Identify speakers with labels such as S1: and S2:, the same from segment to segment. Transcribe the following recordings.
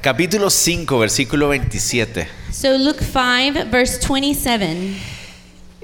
S1: Capítulo 5, versículo 27.
S2: So, Luke 5, verse 27.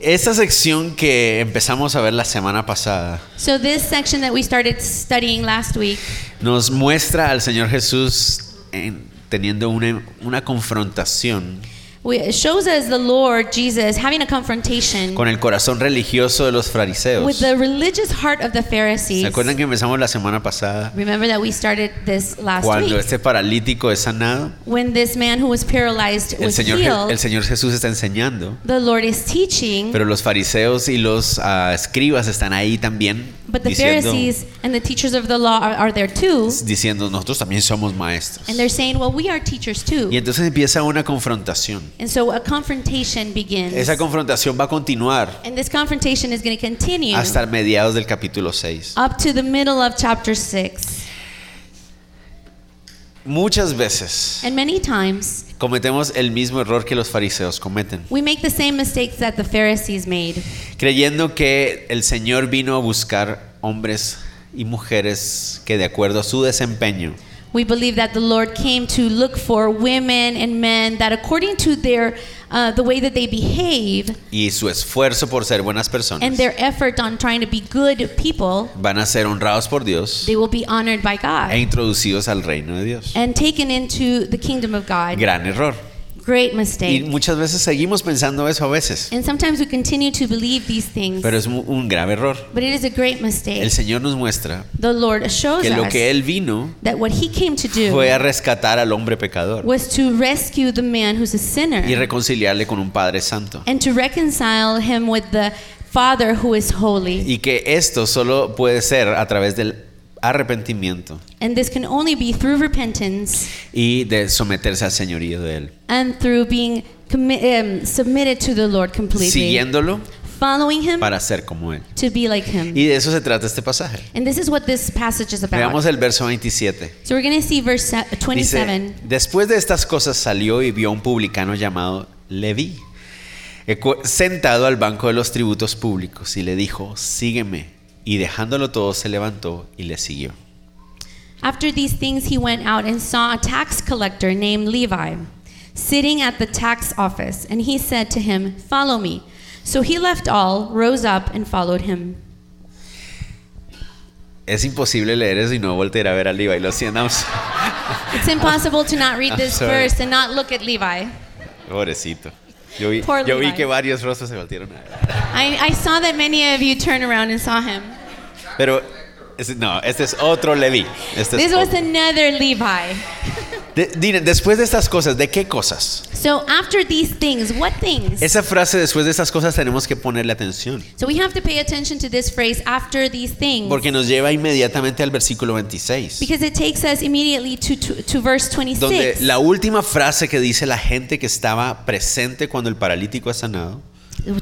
S1: Esta sección que empezamos a ver la semana pasada
S2: So, this section that we started studying last week
S1: nos muestra al Señor Jesús en- teniendo una, una confrontación
S2: we, it shows us the Lord Jesus having a confrontation
S1: con el corazón religioso de los
S2: with
S1: fariseos.
S2: the religious heart of the
S1: ¿Se
S2: Pharisees.
S1: acuerdan que empezamos la semana pasada?
S2: Remember that we started this last
S1: Cuando
S2: week
S1: este paralítico es sanado,
S2: when this man who was paralyzed
S1: el
S2: was
S1: Señor, Je-
S2: healed.
S1: el Señor Jesús está enseñando,
S2: the Lord is teaching,
S1: pero los fariseos y los ah, escribas están ahí también
S2: but the
S1: diciendo,
S2: Pharisees and the teachers of the law are, are there too,
S1: diciendo, nosotros también somos maestros.
S2: and they're saying, "Well, we are teachers
S1: Y
S2: too."
S1: entonces empieza una confrontación.
S2: And so a confrontation begins,
S1: Esa confrontación va a continuar
S2: and this confrontation is going to continue
S1: hasta mediados del capítulo 6.
S2: up to the middle of chapter six.
S1: Muchas veces
S2: And many times
S1: cometemos el mismo error que los fariseos cometen,
S2: we make the same mistakes that the Pharisees made,
S1: creyendo que el Señor vino a buscar hombres y mujeres que de acuerdo a su desempeño
S2: We believe that the Lord came to look for women and men that, according to their uh, the way that they behave
S1: y su esfuerzo por ser buenas personas
S2: and their effort on trying to be good people,
S1: van a ser honrados por Dios
S2: they will be honored by
S1: e
S2: God
S1: introducidos al reino de Dios.
S2: and taken into the kingdom of God.
S1: Gran error.
S2: Great
S1: Y
S2: mistake.
S1: muchas veces seguimos pensando eso a veces,
S2: And sometimes we continue to believe these things,
S1: pero es mu- un grave error.
S2: but it is a great
S1: El
S2: mistake.
S1: Señor nos muestra
S2: The Lord shows
S1: que lo
S2: us
S1: que Él vino
S2: that what He came to
S1: fue
S2: do
S1: a rescatar al hombre pecador
S2: was to rescue the man who's a
S1: y
S2: sinner
S1: reconciliarle con un Padre Santo.
S2: and to reconcile him with the Father who is holy.
S1: Y que esto solo puede ser a través del arrepentimiento
S2: And this can only be through repentance
S1: y de someterse al señorío de Él.
S2: and through being commi- um, submitted to the Lord completely,
S1: Siguiéndolo
S2: following Him
S1: para ser como Él.
S2: to be like Him.
S1: Y de eso se trata este pasaje.
S2: and this is what this passage is about.
S1: Veamos el verso 27.
S2: so we're going to see verse se-
S1: Dice,
S2: 27.
S1: después de estas cosas salió y vio a un publicano llamado Leví, ecu- sentado al banco de los tributos públicos, y le dijo, sígueme. Y dejándolo todo, se levantó y le siguió.
S2: After these things, he went out and saw a tax collector named Levi sitting at the tax office, and he said to him, Follow me. So he left all, rose up, and followed him.
S1: Es imposible leer eso y no voltear a ver a Levi. Lo siento, I'm so-
S2: It's impossible to not read
S1: I'm
S2: this
S1: sorry.
S2: verse and not look at Levi.
S1: pobrecito. Yo vi,
S2: Poor
S1: yo vi
S2: Levi.
S1: que varios rostros se voltearon a ver.
S2: I, I saw that many of you turn around and saw him.
S1: Pero es- no, este es otro Leví. Este es
S2: This was
S1: otro.
S2: another Levi.
S1: De- Dine, después de estas cosas, ¿de qué cosas?
S2: So after these things, what things?
S1: Esa frase después de estas cosas tenemos que ponerle atención.
S2: so we have to pay attention to this phrase after these things
S1: Porque nos lleva inmediatamente al versículo 26,
S2: because it takes us immediately to, to, to verse
S1: donde
S2: 26.
S1: la última frase que dice la gente que estaba presente cuando el paralítico es sanado,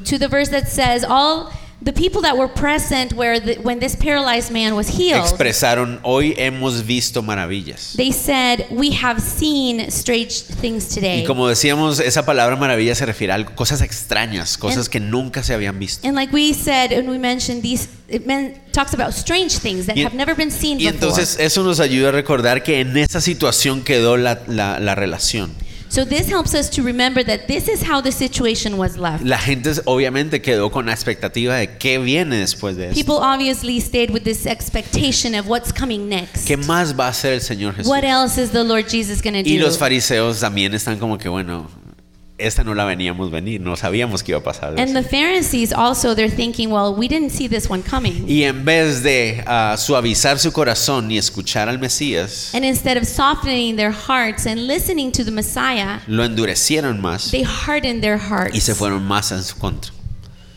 S2: to the verse that says all the people that were present where the, when this paralyzed man was healed,
S1: expresaron, hoy hemos visto maravillas.
S2: they said, "We have seen strange things
S1: Y
S2: today."
S1: como decíamos, esa palabra maravilla se refiere a algo- cosas extrañas, cosas que nunca se habían visto.
S2: and like we said and we mentioned these it men, talks about strange things that
S1: Y-
S2: have never been seen
S1: Y
S2: before.
S1: entonces eso nos ayuda a recordar que en esa situación quedó la, la- la relación.
S2: So this helps us to remember that this is how the situation was left.
S1: La gente obviamente quedó con la expectativa de qué viene después de eso.
S2: People obviously stayed with this expectation of what's coming next.
S1: ¿Qué más va a hacer el Señor Jesús?
S2: What else is the Lord Jesus going to
S1: Y
S2: do?
S1: los fariseos también están como que, bueno, esta no la veníamos venir, no sabíamos que iba a pasar.
S2: And the Pharisees also, they're thinking, well, we didn't see this one coming.
S1: y en vez de ah, suavizar su corazón y escuchar al Mesías,
S2: And instead of softening their hearts and listening to the Messiah,
S1: lo endurecieron más
S2: they hardened their
S1: y se
S2: hearts.
S1: fueron más en su contra.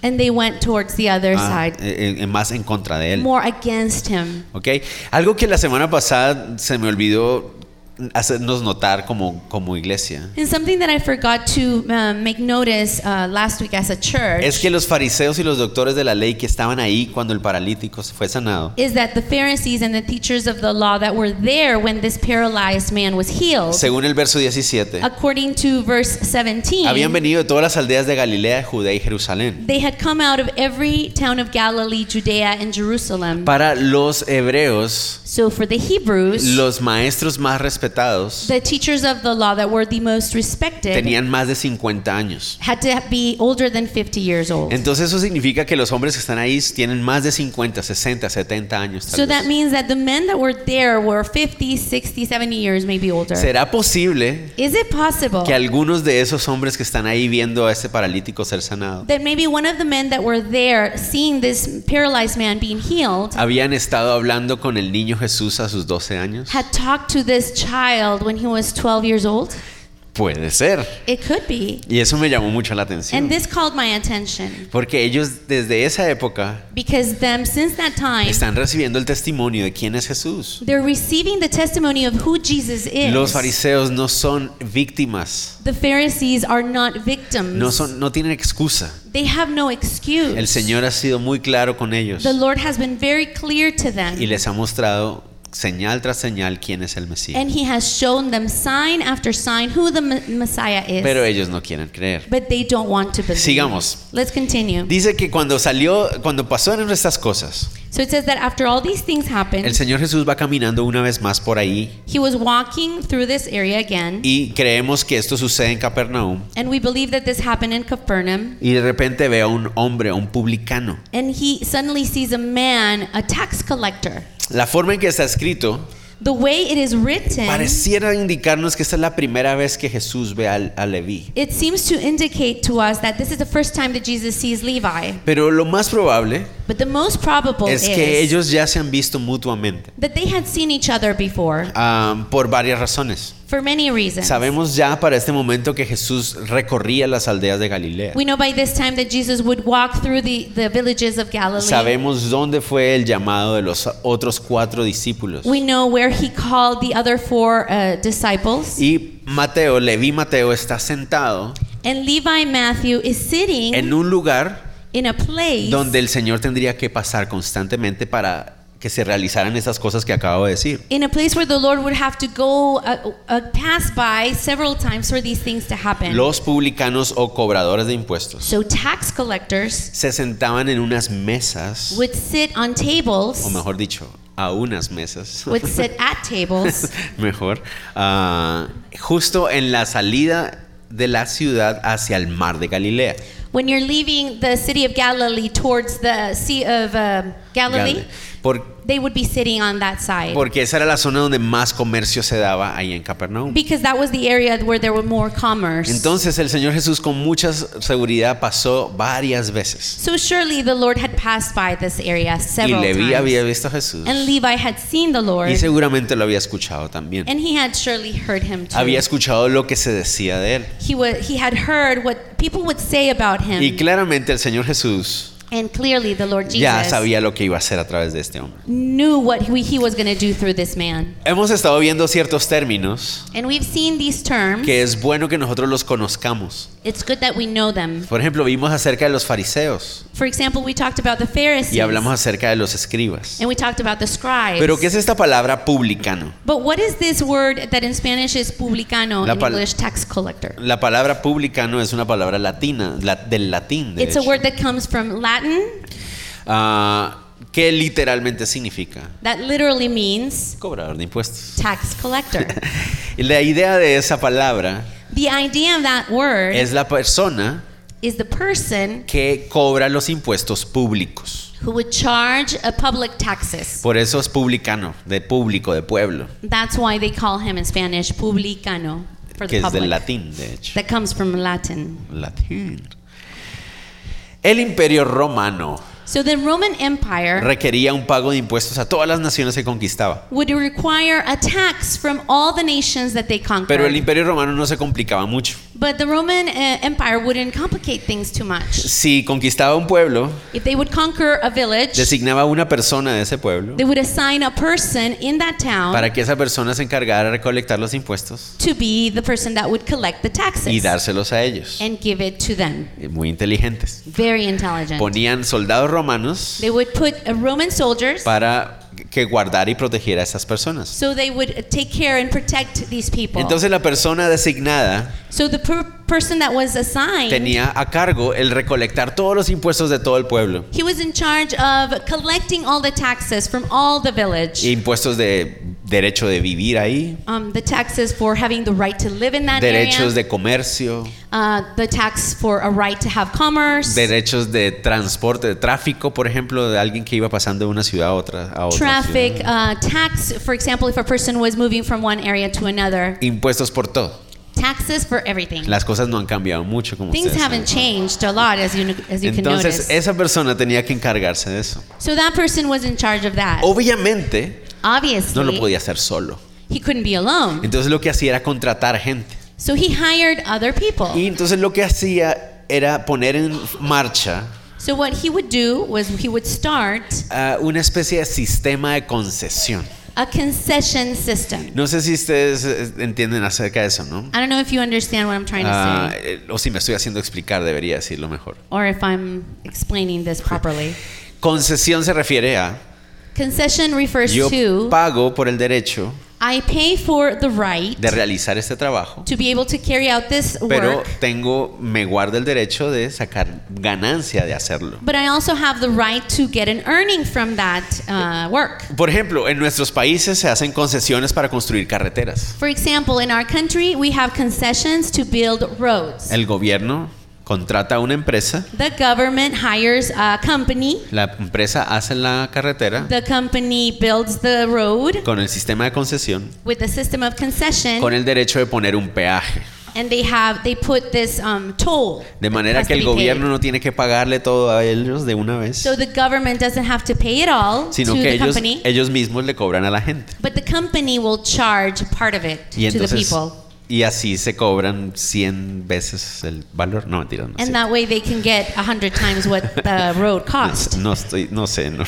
S2: And they went towards the other
S1: Ah,
S2: side,
S1: en- en- más en contra de él.
S2: more against him.
S1: ¿ok? Algo que la semana pasada se me olvidó hacernos notar como, como iglesia.
S2: And something that I forgot to um, make notice uh, last week as a church
S1: Es que los fariseos y los doctores de la ley que estaban ahí cuando el paralítico fue sanado,
S2: is that the Pharisees and the teachers of the law that were there when this paralyzed man was healed,
S1: según el verso 17,
S2: according to verse 17,
S1: habían venido de todas las aldeas de Galilea, de Judea y Jerusalén.
S2: they had come out of every town of Galilee, Judea, and Jerusalem.
S1: Para los hebreos,
S2: so for the Hebrews,
S1: los maestros más respetados
S2: The teachers of the law that were the most respected
S1: tenían más de 50 años.
S2: had to be older than 50 years old.
S1: Entonces eso significa que los hombres que están ahí tienen más de 50, 60, 70 años. tal
S2: So that
S1: vez.
S2: means that the men that were there were 50, 60, 70 years, maybe older.
S1: ¿Será posible
S2: Is it possible
S1: que algunos de esos hombres que están ahí viendo a este paralítico ser sanado
S2: that maybe one of the men that were there seeing this paralyzed man being healed
S1: habían estado hablando con el niño Jesús a sus 12 años?
S2: had talked to this child when he was 12 years old?
S1: Puede ser.
S2: It could be.
S1: Y eso me llamó mucho la atención.
S2: And this called my attention
S1: Porque ellos desde esa época
S2: because them since that time
S1: están recibiendo el testimonio de quién es Jesús.
S2: they're receiving the testimony of who Jesus is.
S1: Los fariseos no son víctimas,
S2: the Pharisees are not victims.
S1: no, son, no tienen excusa.
S2: they have no excuse.
S1: El Señor ha sido muy claro con ellos
S2: the Lord has been very clear to them.
S1: y les ha mostrado señal tras señal quién es el Mesías.
S2: And he has shown them sign after sign who the Me- Messiah is.
S1: Pero ellos no quieren creer.
S2: but they don't want to believe.
S1: Sigamos.
S2: Let's continue.
S1: Dice que cuando salió, cuando pasaron estas cosas,
S2: So it says that after all these things
S1: el
S2: happened,
S1: Señor Jesús va caminando una vez más por ahí
S2: he was walking through this area again,
S1: y creemos que esto sucede en Capernaum
S2: and we believe that this happened in Capernaum.
S1: y de repente ve a un hombre, a un publicano.
S2: And he suddenly sees a man, a tax collector.
S1: La forma en que está escrito
S2: The way it is written,
S1: pareciera indicarnos que esta es la primera vez que Jesús ve al- a Leví.
S2: it seems to indicate to us that this is the first time that Jesus sees Levi.
S1: Pero lo más probable
S2: But the most probable
S1: es
S2: is
S1: que ellos ya se han visto mutuamente
S2: that they had seen each other before
S1: ah, por varias razones.
S2: for many reasons.
S1: Sabemos ya para este momento que Jesús recorría las aldeas de Galilea.
S2: We know by this time that Jesus would walk through the, the villages of Galilee.
S1: Sabemos dónde fue el llamado de los otros cuatro discípulos.
S2: We know where he called the other four uh, disciples.
S1: Y Mateo, Leví Mateo, está sentado
S2: And Levi Matthew is sitting
S1: en un lugar
S2: in a place
S1: donde el Señor tendría que pasar constantemente para que se realizaran estas cosas que acabo de decir.
S2: in a place where the Lord would have to go uh, uh, pass by several times for these things to happen.
S1: Los publicanos o cobradores de impuestos
S2: So tax collectors
S1: se sentaban en unas mesas,
S2: would sit on
S1: o
S2: tables,
S1: mejor dicho, a unas mesas,
S2: would sit at tables
S1: mejor, ah, justo en la salida de la ciudad hacia el mar de Galilea.
S2: when you're leaving the city of Galilee towards the Sea of um Galilee.
S1: Gal- por-
S2: They would be sitting on that side.
S1: porque esa era la zona donde más comercio se daba ahí en Capernaum.
S2: Because that was the area where there were more commerce.
S1: Entonces el Señor Jesús con mucha seguridad pasó varias veces.
S2: so surely the Lord had passed by this area
S1: Y
S2: several
S1: Levi
S2: times.
S1: había visto a Jesús.
S2: and Levi had seen the Lord,
S1: Y seguramente lo había escuchado también.
S2: and he had surely heard him too.
S1: Había escuchado lo que se decía de él.
S2: he, wa he had heard what people would say about him,
S1: Y claramente el Señor Jesús
S2: and clearly the Lord
S1: ya
S2: Jesus
S1: sabía lo que iba a hacer a través de este hombre.
S2: knew what he, he was going to do through this man.
S1: Hemos estado viendo ciertos términos
S2: And we've seen these terms.
S1: que es bueno que nosotros los conozcamos.
S2: It's good that we know them.
S1: Por ejemplo, vimos acerca de los fariseos
S2: For example, we talked about the Pharisees,
S1: y hablamos acerca de los escribas.
S2: and we talked about the scribes.
S1: Pero ¿qué es esta palabra publicano?
S2: But what is this word that in Spanish is publicano,
S1: La
S2: in
S1: pal-
S2: English tax collector?
S1: La palabra publicano es una palabra latina, la- del latín. de
S2: It's a
S1: hecho.
S2: word that comes from Latin
S1: Ah, ¿Qué literalmente significa?
S2: that literally means
S1: Cobrador de impuestos.
S2: tax collector.
S1: Y la idea de esa palabra
S2: the idea of that word is,
S1: es la persona
S2: the person
S1: que cobra los impuestos públicos.
S2: who would charge a public taxes.
S1: Por eso es publicano, de público, de pueblo,
S2: That's why they call him in Spanish publicano for
S1: que
S2: the
S1: es
S2: public.
S1: del latín, de hecho.
S2: That comes from Latin.
S1: Latín. El imperio romano
S2: So the Roman Empire
S1: requería un pago de impuestos a todas las naciones que conquistaba.
S2: would require a tax from all the nations that they conquered.
S1: Pero el imperio romano no se complicaba mucho.
S2: but the Roman uh, Empire wouldn't complicate things too much.
S1: Si conquistaba un pueblo,
S2: If they would conquer a village,
S1: designaba a una persona de ese pueblo
S2: they would assign a person in that town
S1: para que esa persona se encargara de recolectar los impuestos
S2: to be the person that would collect the
S1: y
S2: taxes
S1: dárselos a ellos. Eh,
S2: and give it to them.
S1: Muy inteligentes.
S2: Very intelligent.
S1: Ponían soldados romanos
S2: They would put uh, Roman soldiers
S1: para que guardara y protegiera a esas personas.
S2: so they would uh, take care and protect these people.
S1: Entonces la persona designada
S2: so the per- person that was assigned,
S1: tenía a cargo el recolectar todos los impuestos de todo el pueblo.
S2: he was in charge of collecting all the taxes from all the village.
S1: Impuestos de derecho de vivir ahí,
S2: um, the taxes for having the right to live in that
S1: derechos
S2: area,
S1: de comercio,
S2: uh, the tax for a right to have commerce,
S1: derechos de transporte, de tráfico, por ejemplo, de alguien que iba pasando de una ciudad a otra. A otra
S2: traffic
S1: ciudad.
S2: uh, tax, for example, if a person was moving from one area to another,
S1: Impuestos por todo.
S2: taxes for everything.
S1: Las cosas no han cambiado mucho como
S2: Things
S1: ustedes
S2: haven't
S1: saben.
S2: changed a lot, as you as you can
S1: Entonces,
S2: notice.
S1: esa persona tenía que encargarse de eso.
S2: so that person was in charge of that.
S1: Obviamente, Oh, no
S2: Obviously,
S1: lo podía hacer solo.
S2: he couldn't be alone.
S1: Entonces, lo que hacía era contratar gente.
S2: So he hired other people.
S1: Y entonces lo que hacía era poner en marcha
S2: so what he would do was he would start
S1: ah, una especie de sistema de concesión.
S2: a concession system.
S1: No sé si ustedes eh, entienden acerca de eso, ¿no?
S2: I don't know if you understand what I'm trying to
S1: Ah,
S2: say.
S1: eh, o si me estoy haciendo explicar, debería decirlo mejor.
S2: or if I'm explaining this properly.
S1: Concesión se refiere a
S2: Concession refers
S1: yo
S2: to
S1: pago por el derecho
S2: I pay for the right
S1: de realizar este trabajo,
S2: to be able to carry out this
S1: pero
S2: work,
S1: tengo me guarda el derecho de sacar ganancia de hacerlo.
S2: but I also have the right to get an earning from that uh, work.
S1: Por ejemplo, en nuestros países se hacen concesiones para construir carreteras.
S2: For example, in our country, we have concessions to build roads.
S1: El gobierno contrata a una empresa,
S2: The government hires a company.
S1: la empresa hace la carretera
S2: The company builds the road
S1: con el sistema de concesión,
S2: with a system of concession,
S1: con el derecho de poner un peaje.
S2: and they have they put this um, toll.
S1: De
S2: that
S1: manera
S2: has
S1: que el
S2: to be paid.
S1: gobierno no tiene que pagarle todo a ellos de una vez,
S2: So the government doesn't have to pay it all
S1: sino
S2: to
S1: que
S2: the
S1: ellos,
S2: company,
S1: ellos mismos le cobran a la gente.
S2: but the company will charge part of it
S1: Y
S2: to the
S1: entonces
S2: people.
S1: y así se cobran 100 veces el valor. No, mentira, no, es
S2: And
S1: cierto.
S2: that way they can get a hundred times what the road cost.
S1: no, no estoy, no sé, no.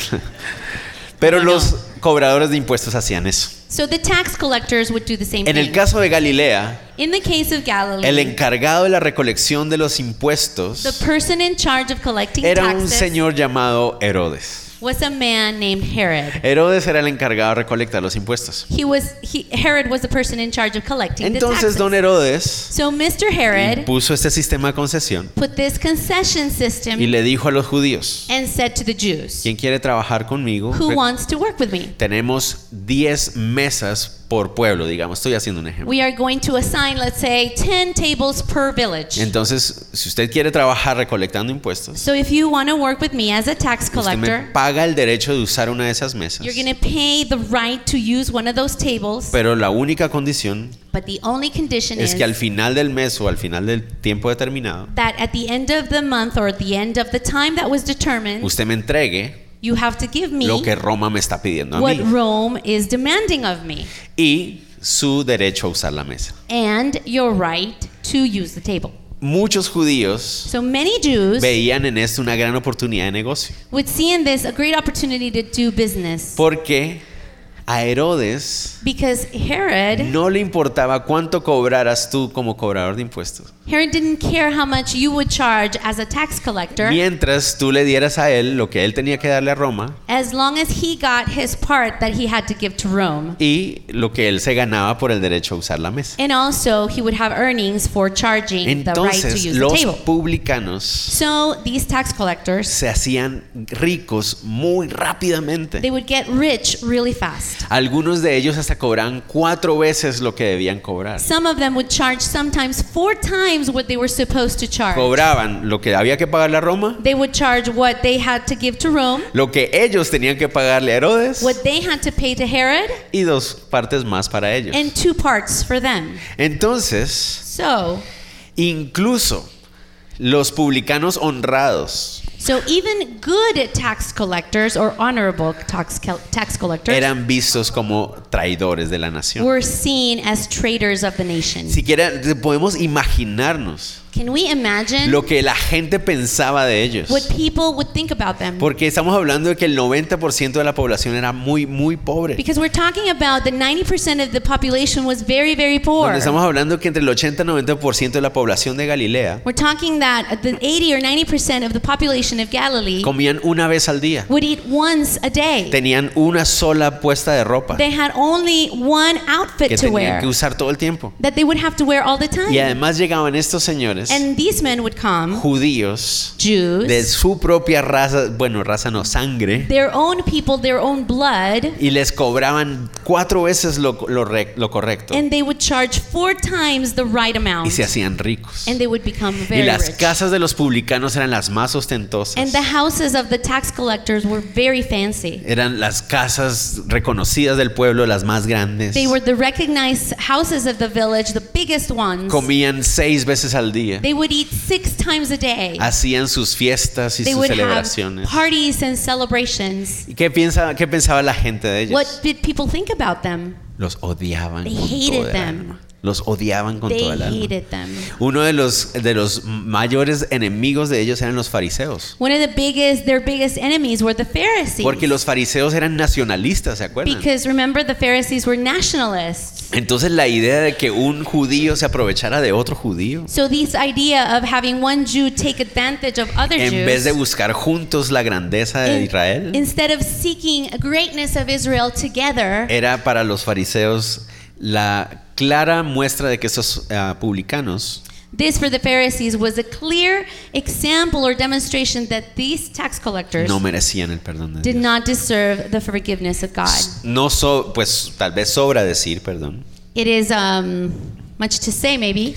S1: Pero los cobradores de impuestos hacían eso.
S2: So the tax collectors would do the same
S1: En el
S2: thing.
S1: caso de Galilea,
S2: In the case of Galilee,
S1: el encargado de la recolección de los
S2: Mm. the
S1: impuestos
S2: person in charge of collecting
S1: era un
S2: taxes
S1: señor llamado Herodes.
S2: was a man named Herod.
S1: Herodes era el encargado de recolectar los impuestos.
S2: He was he, Herod was the person in charge of collecting the
S1: Entonces
S2: taxes.
S1: don Herodes
S2: so Mr. Herod
S1: puso este sistema de concesión
S2: put this concession system
S1: y le dijo a los judíos,
S2: and said to the Jews,
S1: ¿quién quiere trabajar conmigo?
S2: "Who
S1: Re-
S2: wants to work with me?"
S1: Tenemos 10 mesas por pueblo, digamos, estoy haciendo un ejemplo.
S2: We are going to assign, let's say, 10 tables per village.
S1: Entonces, si usted quiere trabajar recolectando impuestos,
S2: So if you want to work with me as a tax
S1: usted me
S2: collector,
S1: paga el derecho de usar una de esas mesas.
S2: you're going to pay the right to use one of those tables,
S1: Pero la única condición
S2: but the only condition
S1: es
S2: is
S1: que al final del mes o al final del tiempo determinado,
S2: that at the end of the month or at the end of the time that was determined,
S1: usted me entregue
S2: you have to give me
S1: lo que Roma me está pidiendo a
S2: what
S1: mí
S2: Rome is demanding of me
S1: y su derecho a usar la mesa.
S2: and your right to use the table.
S1: Muchos judíos
S2: So many Jews
S1: veían en esto una gran oportunidad de negocio,
S2: would see in this a great opportunity to do business
S1: porque a Herodes
S2: because Herod
S1: no le importaba cuánto cobraras tú como cobrador de impuestos,
S2: Herod didn't care how much you would charge as a tax collector
S1: mientras tú le dieras a él lo que él tenía que darle a Roma
S2: as long as he got his part that he had to give to Rome.
S1: y lo que él se ganaba por el derecho a usar la mesa.
S2: And also, he would have earnings for charging the right to
S1: Entonces
S2: use the
S1: los
S2: table.
S1: publicanos
S2: So, these tax collectors,
S1: se hacían ricos muy
S2: they
S1: rápidamente.
S2: would get rich really fast.
S1: Algunos de ellos hasta cobraban cuatro veces lo que debían cobrar.
S2: Some of them would charge sometimes four times what they were supposed to charge.
S1: Cobraban lo que había que pagarle a Roma,
S2: They would charge what they had to give to Rome,
S1: lo que ellos tenían que pagarle a Herodes
S2: what they had to pay to Herod,
S1: y dos partes más para ellos.
S2: and two parts for them.
S1: Entonces,
S2: So,
S1: incluso los publicanos honrados
S2: So even good tax collectors or honorable tax col- tax collectors
S1: eran vistos como traidores de la nación.
S2: were seen as traitors of the nation.
S1: Siquiera podemos imaginarnos
S2: Can we imagine
S1: lo que la gente pensaba de ellos.
S2: what people would think about them?
S1: Porque estamos hablando de que el 90% de la población era muy, muy pobre.
S2: Because we're talking about that 90% of the population was very, very poor.
S1: Donde estamos hablando que entre el 80 y 90% de la población de Galilea
S2: We're talking that the 80 or 90% of the population nation of Galilee,
S1: Comían una vez al día.
S2: would eat once a day.
S1: Tenían una sola puesta de ropa
S2: They had only one
S1: que
S2: outfit to
S1: tenían que
S2: wear
S1: usar todo el tiempo.
S2: that they would have to wear all the time.
S1: Y además llegaban estos señores
S2: And these men would come,
S1: judíos de
S2: Jews,
S1: su propia raza, bueno, raza no, sangre,
S2: their own people, their own blood,
S1: y les cobraban cuatro veces lo, lo re- lo correcto.
S2: and they would charge four times the right
S1: Y
S2: amount,
S1: se hacían ricos.
S2: and they would become
S1: Y
S2: very
S1: las
S2: rich.
S1: casas de los publicanos eran las más
S2: And
S1: ostentosas.
S2: the houses of the tax collectors were very fancy.
S1: Eran las casas reconocidas del pueblo, las más grandes.
S2: They were the recognized houses of the village, the biggest ones.
S1: Comían seis veces al día.
S2: Mm-hmm. They would eat six times a day.
S1: Hacían sus fiestas y
S2: They
S1: sus
S2: would have
S1: celebraciones.
S2: parties and celebrations.
S1: ¿Y qué, piensa, qué pensaba la gente de ellos?
S2: What did people think about them?
S1: Los odiaban
S2: They
S1: con
S2: hated
S1: todo el
S2: them.
S1: alma. Los odiaban con
S2: They
S1: toda el alma.
S2: hated them.
S1: Uno de los, de los mayores enemigos de ellos eran los fariseos.
S2: One of the biggest, their biggest enemies were the Pharisees.
S1: Porque los fariseos eran nacionalistas, ¿se acuerdan?
S2: because remember, the Pharisees were nationalists.
S1: Entonces la idea de que un judío se aprovechara de otro judío,
S2: So this idea of having one Jew take advantage of other
S1: en
S2: Jews,
S1: vez de buscar juntos la grandeza de
S2: in-
S1: Israel,
S2: instead of seeking greatness of Israel together,
S1: era para los fariseos la clara muestra de que estos ah, publicanos
S2: This for the Pharisees was a clear example or demonstration that these tax collectors
S1: no merecían el perdón de
S2: did
S1: Dios.
S2: not deserve the forgiveness of God.
S1: No so- pues tal vez sobra decir, perdón,
S2: It is um, much to say, maybe.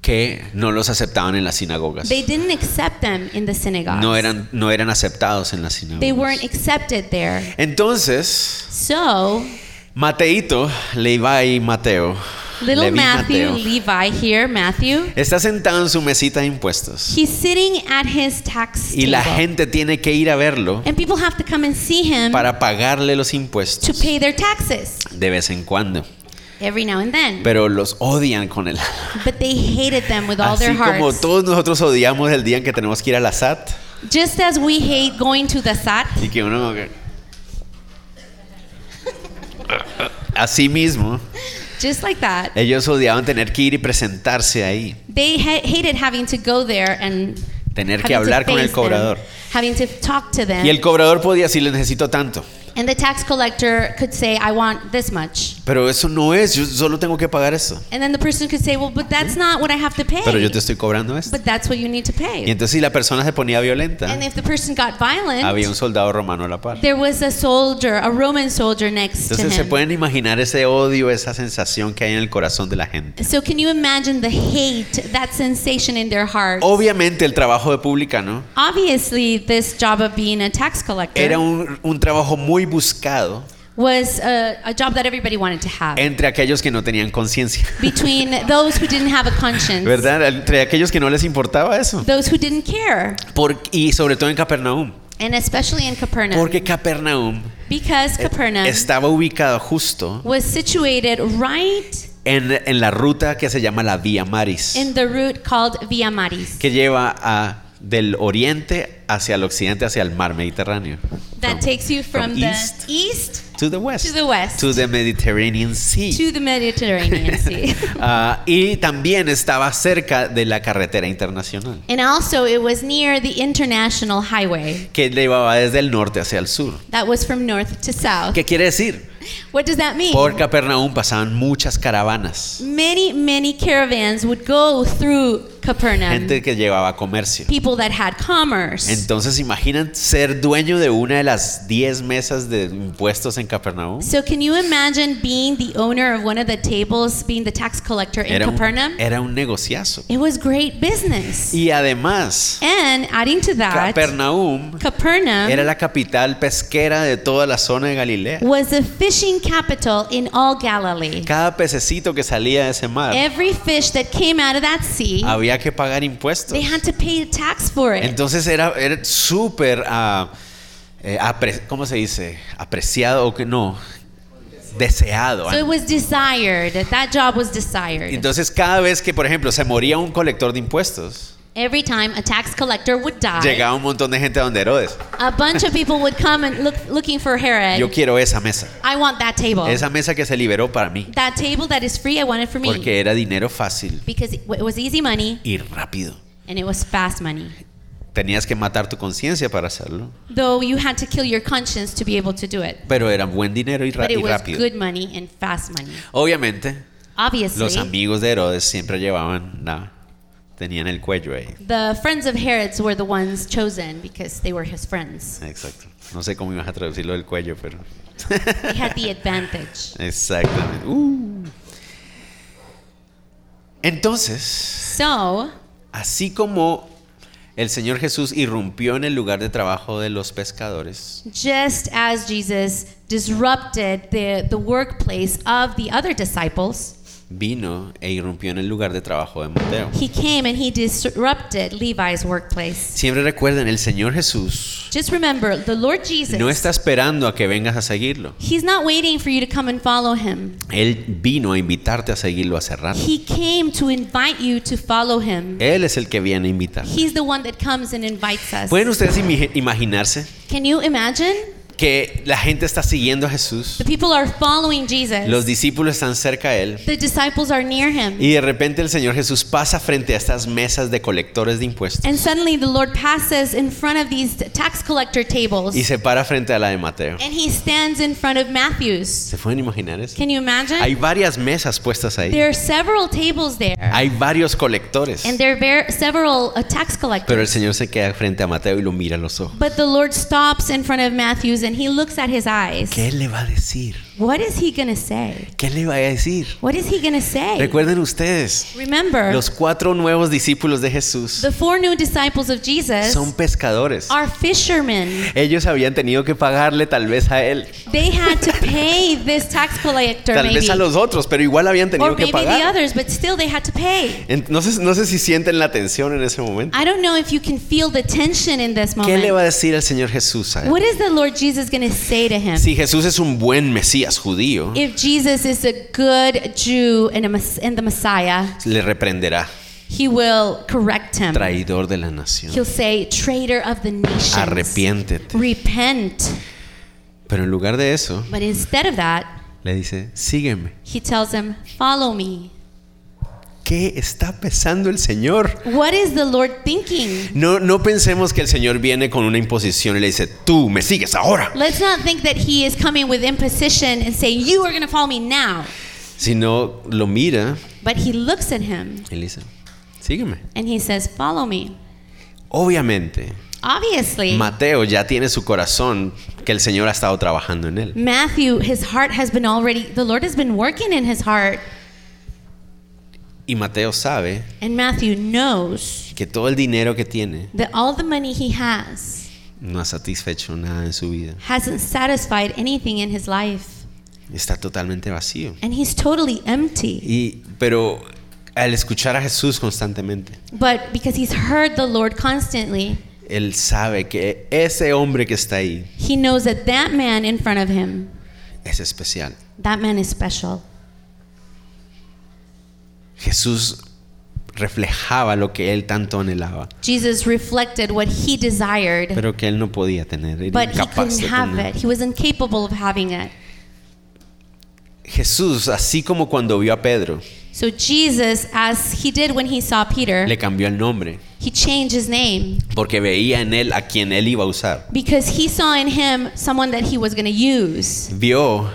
S1: que no los aceptaban en las sinagogas.
S2: They didn't accept them in the synagogue.
S1: No eran, no eran aceptados en las
S2: They weren't
S1: sinagogas.
S2: accepted there.
S1: Entonces,
S2: So,
S1: Mateito, Levi Mateo,
S2: little
S1: Levi
S2: Matthew,
S1: Mateo,
S2: Levi here, Matthew,
S1: está sentado en su mesita de impuestos
S2: he's sitting at his tax
S1: y la
S2: table.
S1: gente tiene que ir a verlo
S2: and people have to come and see him
S1: para pagarle los
S2: to
S1: impuestos
S2: pay their taxes
S1: de vez en cuando.
S2: every now and then.
S1: Pero los odian con el
S2: but they hated them with all their
S1: Así
S2: hearts.
S1: como todos nosotros odiamos el día en que tenemos que ir a la SAT
S2: Just as we hate going to the SAT,
S1: y que uno... Así mismo,
S2: just like that,
S1: ellos odiaban tener que ir y presentarse ahí.
S2: they ha- hated having to go there and
S1: Tener
S2: having
S1: que
S2: to
S1: hablar con el
S2: face them,
S1: cobrador.
S2: having to talk to them.
S1: Y el cobrador podía decirle necesito tanto.
S2: and the tax collector could say, "I want this much,"
S1: Pero eso no es, yo solo tengo que pagar eso.
S2: and then the person could say, "Well, but that's not what I have to pay."
S1: Pero yo te estoy cobrando esto.
S2: but that's what you need to
S1: Y
S2: pay.
S1: entonces si la persona se ponía violenta,
S2: And if the person got violent,
S1: había un soldado romano a la par.
S2: there was a soldier, a Roman soldier next to
S1: Entonces se
S2: him.
S1: pueden imaginar ese odio, esa sensación que hay en el corazón de la gente.
S2: so can you imagine the hate, that sensation in their heart?
S1: Obviamente el trabajo de publicano
S2: Obviously, this job of being a tax collector
S1: era un, un trabajo muy buscado
S2: was a, a job that everybody wanted to have
S1: entre aquellos que no tenían conciencia,
S2: between those who didn't have a conscience,
S1: ¿verdad? Entre aquellos que no les importaba eso.
S2: those who didn't care,
S1: Por- y sobre todo en Capernaum.
S2: and especially in Capernaum,
S1: Porque Capernaum
S2: because
S1: eh,
S2: Ah. Capernaum
S1: estaba ubicado justo
S2: was situated right
S1: en, en la ruta que se llama la Vía Maris.
S2: in the route called Via Maris
S1: que lleva a, del oriente hacia el occidente, hacia el mar Mediterráneo.
S2: that takes you from,
S1: from
S2: the
S1: east.
S2: east
S1: To the west.
S2: To the west.
S1: To the Mediterranean Sea.
S2: to the Mediterranean Sea.
S1: Ah, y también estaba cerca de la carretera internacional,
S2: And also, it was near the international highway
S1: que llevaba desde el norte hacia el sur.
S2: that was from north to south.
S1: ¿Qué quiere decir?
S2: What does that mean?
S1: Por Capernaum pasaban muchas caravanas,
S2: Many, many caravans would go through Capernaum.
S1: gente que llevaba comercio.
S2: people that had commerce.
S1: Entonces imaginan ser dueño de una de las 10 mesas de impuestos en Capernaum.
S2: so can you imagine being the owner of one of the tables, being the tax collector in
S1: Era un,
S2: Capernaum?
S1: era un negociazo.
S2: it was great business.
S1: Y además,
S2: and adding to that,
S1: Capernaum
S2: Capernaum
S1: era la capital pesquera de toda la zona de Galilea.
S2: was the fishing capital in all Galilee.
S1: Cada pececito que salía de ese mar
S2: Every fish that came out of that sea,
S1: había que pagar impuestos.
S2: they had to pay a tax for it.
S1: Entonces era, era súper, ah, eh, apre- ¿cómo se dice? Apreciado o que no, deseado.
S2: so it was desired. That job was desired.
S1: Entonces cada vez que, por ejemplo, se moría un colector de impuestos,
S2: Every time a tax collector would die,
S1: llegaba un montón de gente a donde Herodes.
S2: a bunch of people would come and look looking for Herod.
S1: Yo quiero esa mesa.
S2: I want that table.
S1: Esa mesa que se liberó para mí.
S2: That table that is free, I wanted for me.
S1: Porque era dinero fácil
S2: Because it w- it was easy money
S1: y rápido.
S2: and it was fast money.
S1: Tenías que matar tu conciencia para hacerlo,
S2: though you had to kill your conscience to be able to do it.
S1: pero era buen dinero y, ra-
S2: But it
S1: y
S2: was
S1: rápido.
S2: good money and fast money.
S1: Obviamente, los
S2: Obviously,
S1: amigos de Herodes siempre llevaban nada, tenían el cuello ahí.
S2: the friends of Herod's were the ones chosen because they were his friends.
S1: Exacto. No sé cómo ibas a traducirlo del cuello, pero
S2: They had the advantage.
S1: exactamente. Uh. Entonces,
S2: So,
S1: así como el Señor Jesús irrumpió en el lugar de trabajo de los pescadores,
S2: just as Jesus disrupted the, the workplace of the other disciples,
S1: vino e irrumpió en el lugar de trabajo de Mateo.
S2: he came and he disrupted Levi's workplace.
S1: Siempre recuerden, el Señor Jesús
S2: Just remember, the Lord
S1: no
S2: Jesus,
S1: está esperando a que vengas a seguirlo.
S2: he's not waiting for you to come and follow him.
S1: Él vino a invitarte a seguirlo hace rato.
S2: He came to invite you to follow him.
S1: Él es el que viene a invitar.
S2: He's the one that comes and invites us.
S1: ¿Pueden ustedes imi- imaginarse
S2: Can you imagine?
S1: que la gente está siguiendo a Jesús?
S2: The people are following Jesus.
S1: Los discípulos están cerca de él.
S2: the disciples are near him.
S1: Y de repente el Señor Jesús pasa frente a estas mesas de colectores de impuestos
S2: and suddenly the Lord passes in front of these tax collector tables.
S1: y se para frente a la de Mateo.
S2: and he stands in front of Matthew's.
S1: ¿Se pueden imaginar eso?
S2: Can you imagine?
S1: Hay varias mesas puestas ahí.
S2: there are several tables there.
S1: Hay varios colectores.
S2: and there are ver- several uh, tax
S1: Pero el
S2: collectors.
S1: Señor se queda frente a Mateo y lo mira a los ojos.
S2: But the Lord stops in front of Matthew's and he looks at his eyes.
S1: ¿Qué le va a decir?
S2: What is he going to say?
S1: ¿Qué le va a decir?
S2: What is he going to say?
S1: Recuerden ustedes,
S2: Remember,
S1: los cuatro nuevos discípulos de Jesús
S2: the four new disciples of Jesus
S1: son pescadores.
S2: are fishermen.
S1: Ellos habían tenido que pagarle tal vez a él,
S2: They had to pay this tax collector,
S1: tal
S2: maybe,
S1: vez a los otros, pero igual habían
S2: or
S1: tenido que
S2: maybe the
S1: pagar.
S2: others, but still they had to pay.
S1: Entonces, no sé si sienten la tensión en ese momento.
S2: I don't know if you can feel the tension in this
S1: ¿Qué le va
S2: moment.
S1: a decir el Señor Jesús a él?
S2: What is the Lord Jesus going to say to him?
S1: Si Jesús es un buen Mesías judío,
S2: If Jesus is a good Jew and, a, mes- and the Messiah,
S1: le reprenderá,
S2: he will correct him.
S1: traidor de la nación,
S2: He'll say, traitor of the nations,
S1: arrepiéntete.
S2: repent.
S1: Pero en lugar de eso,
S2: But instead of that,
S1: le dice, sígueme.
S2: he tells him, follow me.
S1: ¿Qué está pensando el Señor?
S2: What is the Lord thinking?
S1: No, no pensemos que el Señor viene con una imposición y le dice, tú me sigues ahora,
S2: Let's not think that he is coming with imposition and say, You are going to follow me now.
S1: sino lo mira
S2: But he looks at him
S1: y le dice, sígueme.
S2: and he says, Follow me.
S1: Obviamente,
S2: Obviously,
S1: Mateo ya tiene su corazón que el Señor ha estado trabajando en él.
S2: Matthew, his heart has been already, the Lord has been working in his heart.
S1: Y Mateo sabe
S2: And Matthew knows
S1: que todo el dinero que tiene
S2: that all the money he has
S1: no ha satisfecho nada en su vida.
S2: hasn't satisfied anything in his life.
S1: Está totalmente vacío.
S2: And he's totally empty.
S1: Y, pero al escuchar a Jesús constantemente,
S2: But because he's heard the Lord constantly,
S1: él sabe que ese hombre que está ahí
S2: he knows that that man in front of him,
S1: es especial.
S2: that man is special.
S1: Jesús reflejaba lo que él tanto anhelaba,
S2: Jesus reflected what he desired,
S1: pero que él no podía tener, era
S2: but he
S1: incapaz
S2: couldn't
S1: de
S2: have
S1: tener.
S2: it. He was incapable of having it.
S1: Jesús, así como cuando vio a Pedro,
S2: So Jesus, as he did when he saw Peter,
S1: le cambió el nombre,
S2: he changed his name
S1: porque veía en él a quien él iba a usar.
S2: because he saw in him someone that he was going to use.
S1: Vio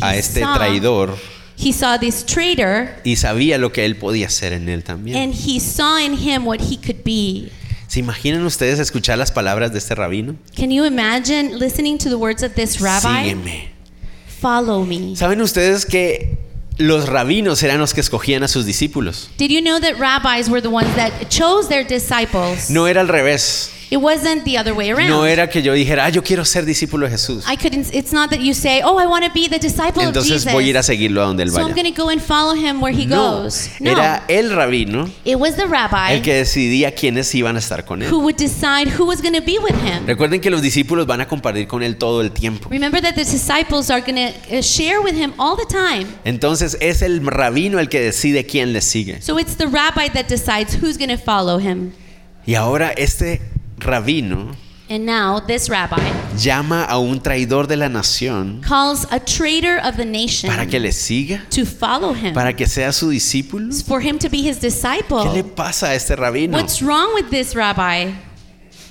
S1: a
S2: He
S1: este
S2: saw.
S1: traidor
S2: He saw this traitor
S1: y sabía lo que él podía hacer en él también.
S2: and he saw in him what he could be.
S1: ¿Se imaginan ustedes escuchar las palabras de este rabino?
S2: Can you imagine listening to the words of this rabbi?
S1: Sígueme.
S2: Follow me.
S1: ¿Saben ustedes que los rabinos eran los que escogían a sus discípulos?
S2: Did you know that rabbis were the ones that chose their disciples?
S1: No era al revés.
S2: It wasn't the other way around.
S1: No era que yo dijera, ah, yo quiero ser discípulo de Jesús.
S2: I couldn't. It's not that you say, "Oh, I want to be the disciple of
S1: Entonces
S2: Jesus,"
S1: voy a ir a seguirlo a donde él
S2: so I'm
S1: vaya.
S2: going to go and follow him where he
S1: No,
S2: goes. No,
S1: era el rabino
S2: it was the rabbi
S1: el que decidía quiénes iban a estar con él.
S2: who would decide who was going to be with him.
S1: Recuerden que los discípulos van a compartir con él todo el tiempo.
S2: Remember that the disciples are going to uh, share with him all the time.
S1: Entonces es el rabino el que decide quién le sigue.
S2: So it's the rabbi that decides who's going to follow him.
S1: Y ahora este rabino
S2: And now this rabbi
S1: llama a un traidor de la nación
S2: calls a traitor of the nation
S1: para que le siga,
S2: to follow him,
S1: para que sea su discípulo.
S2: for him to be his
S1: ¿Qué le
S2: disciple.
S1: pasa a este rabino?
S2: What's wrong with this rabbi?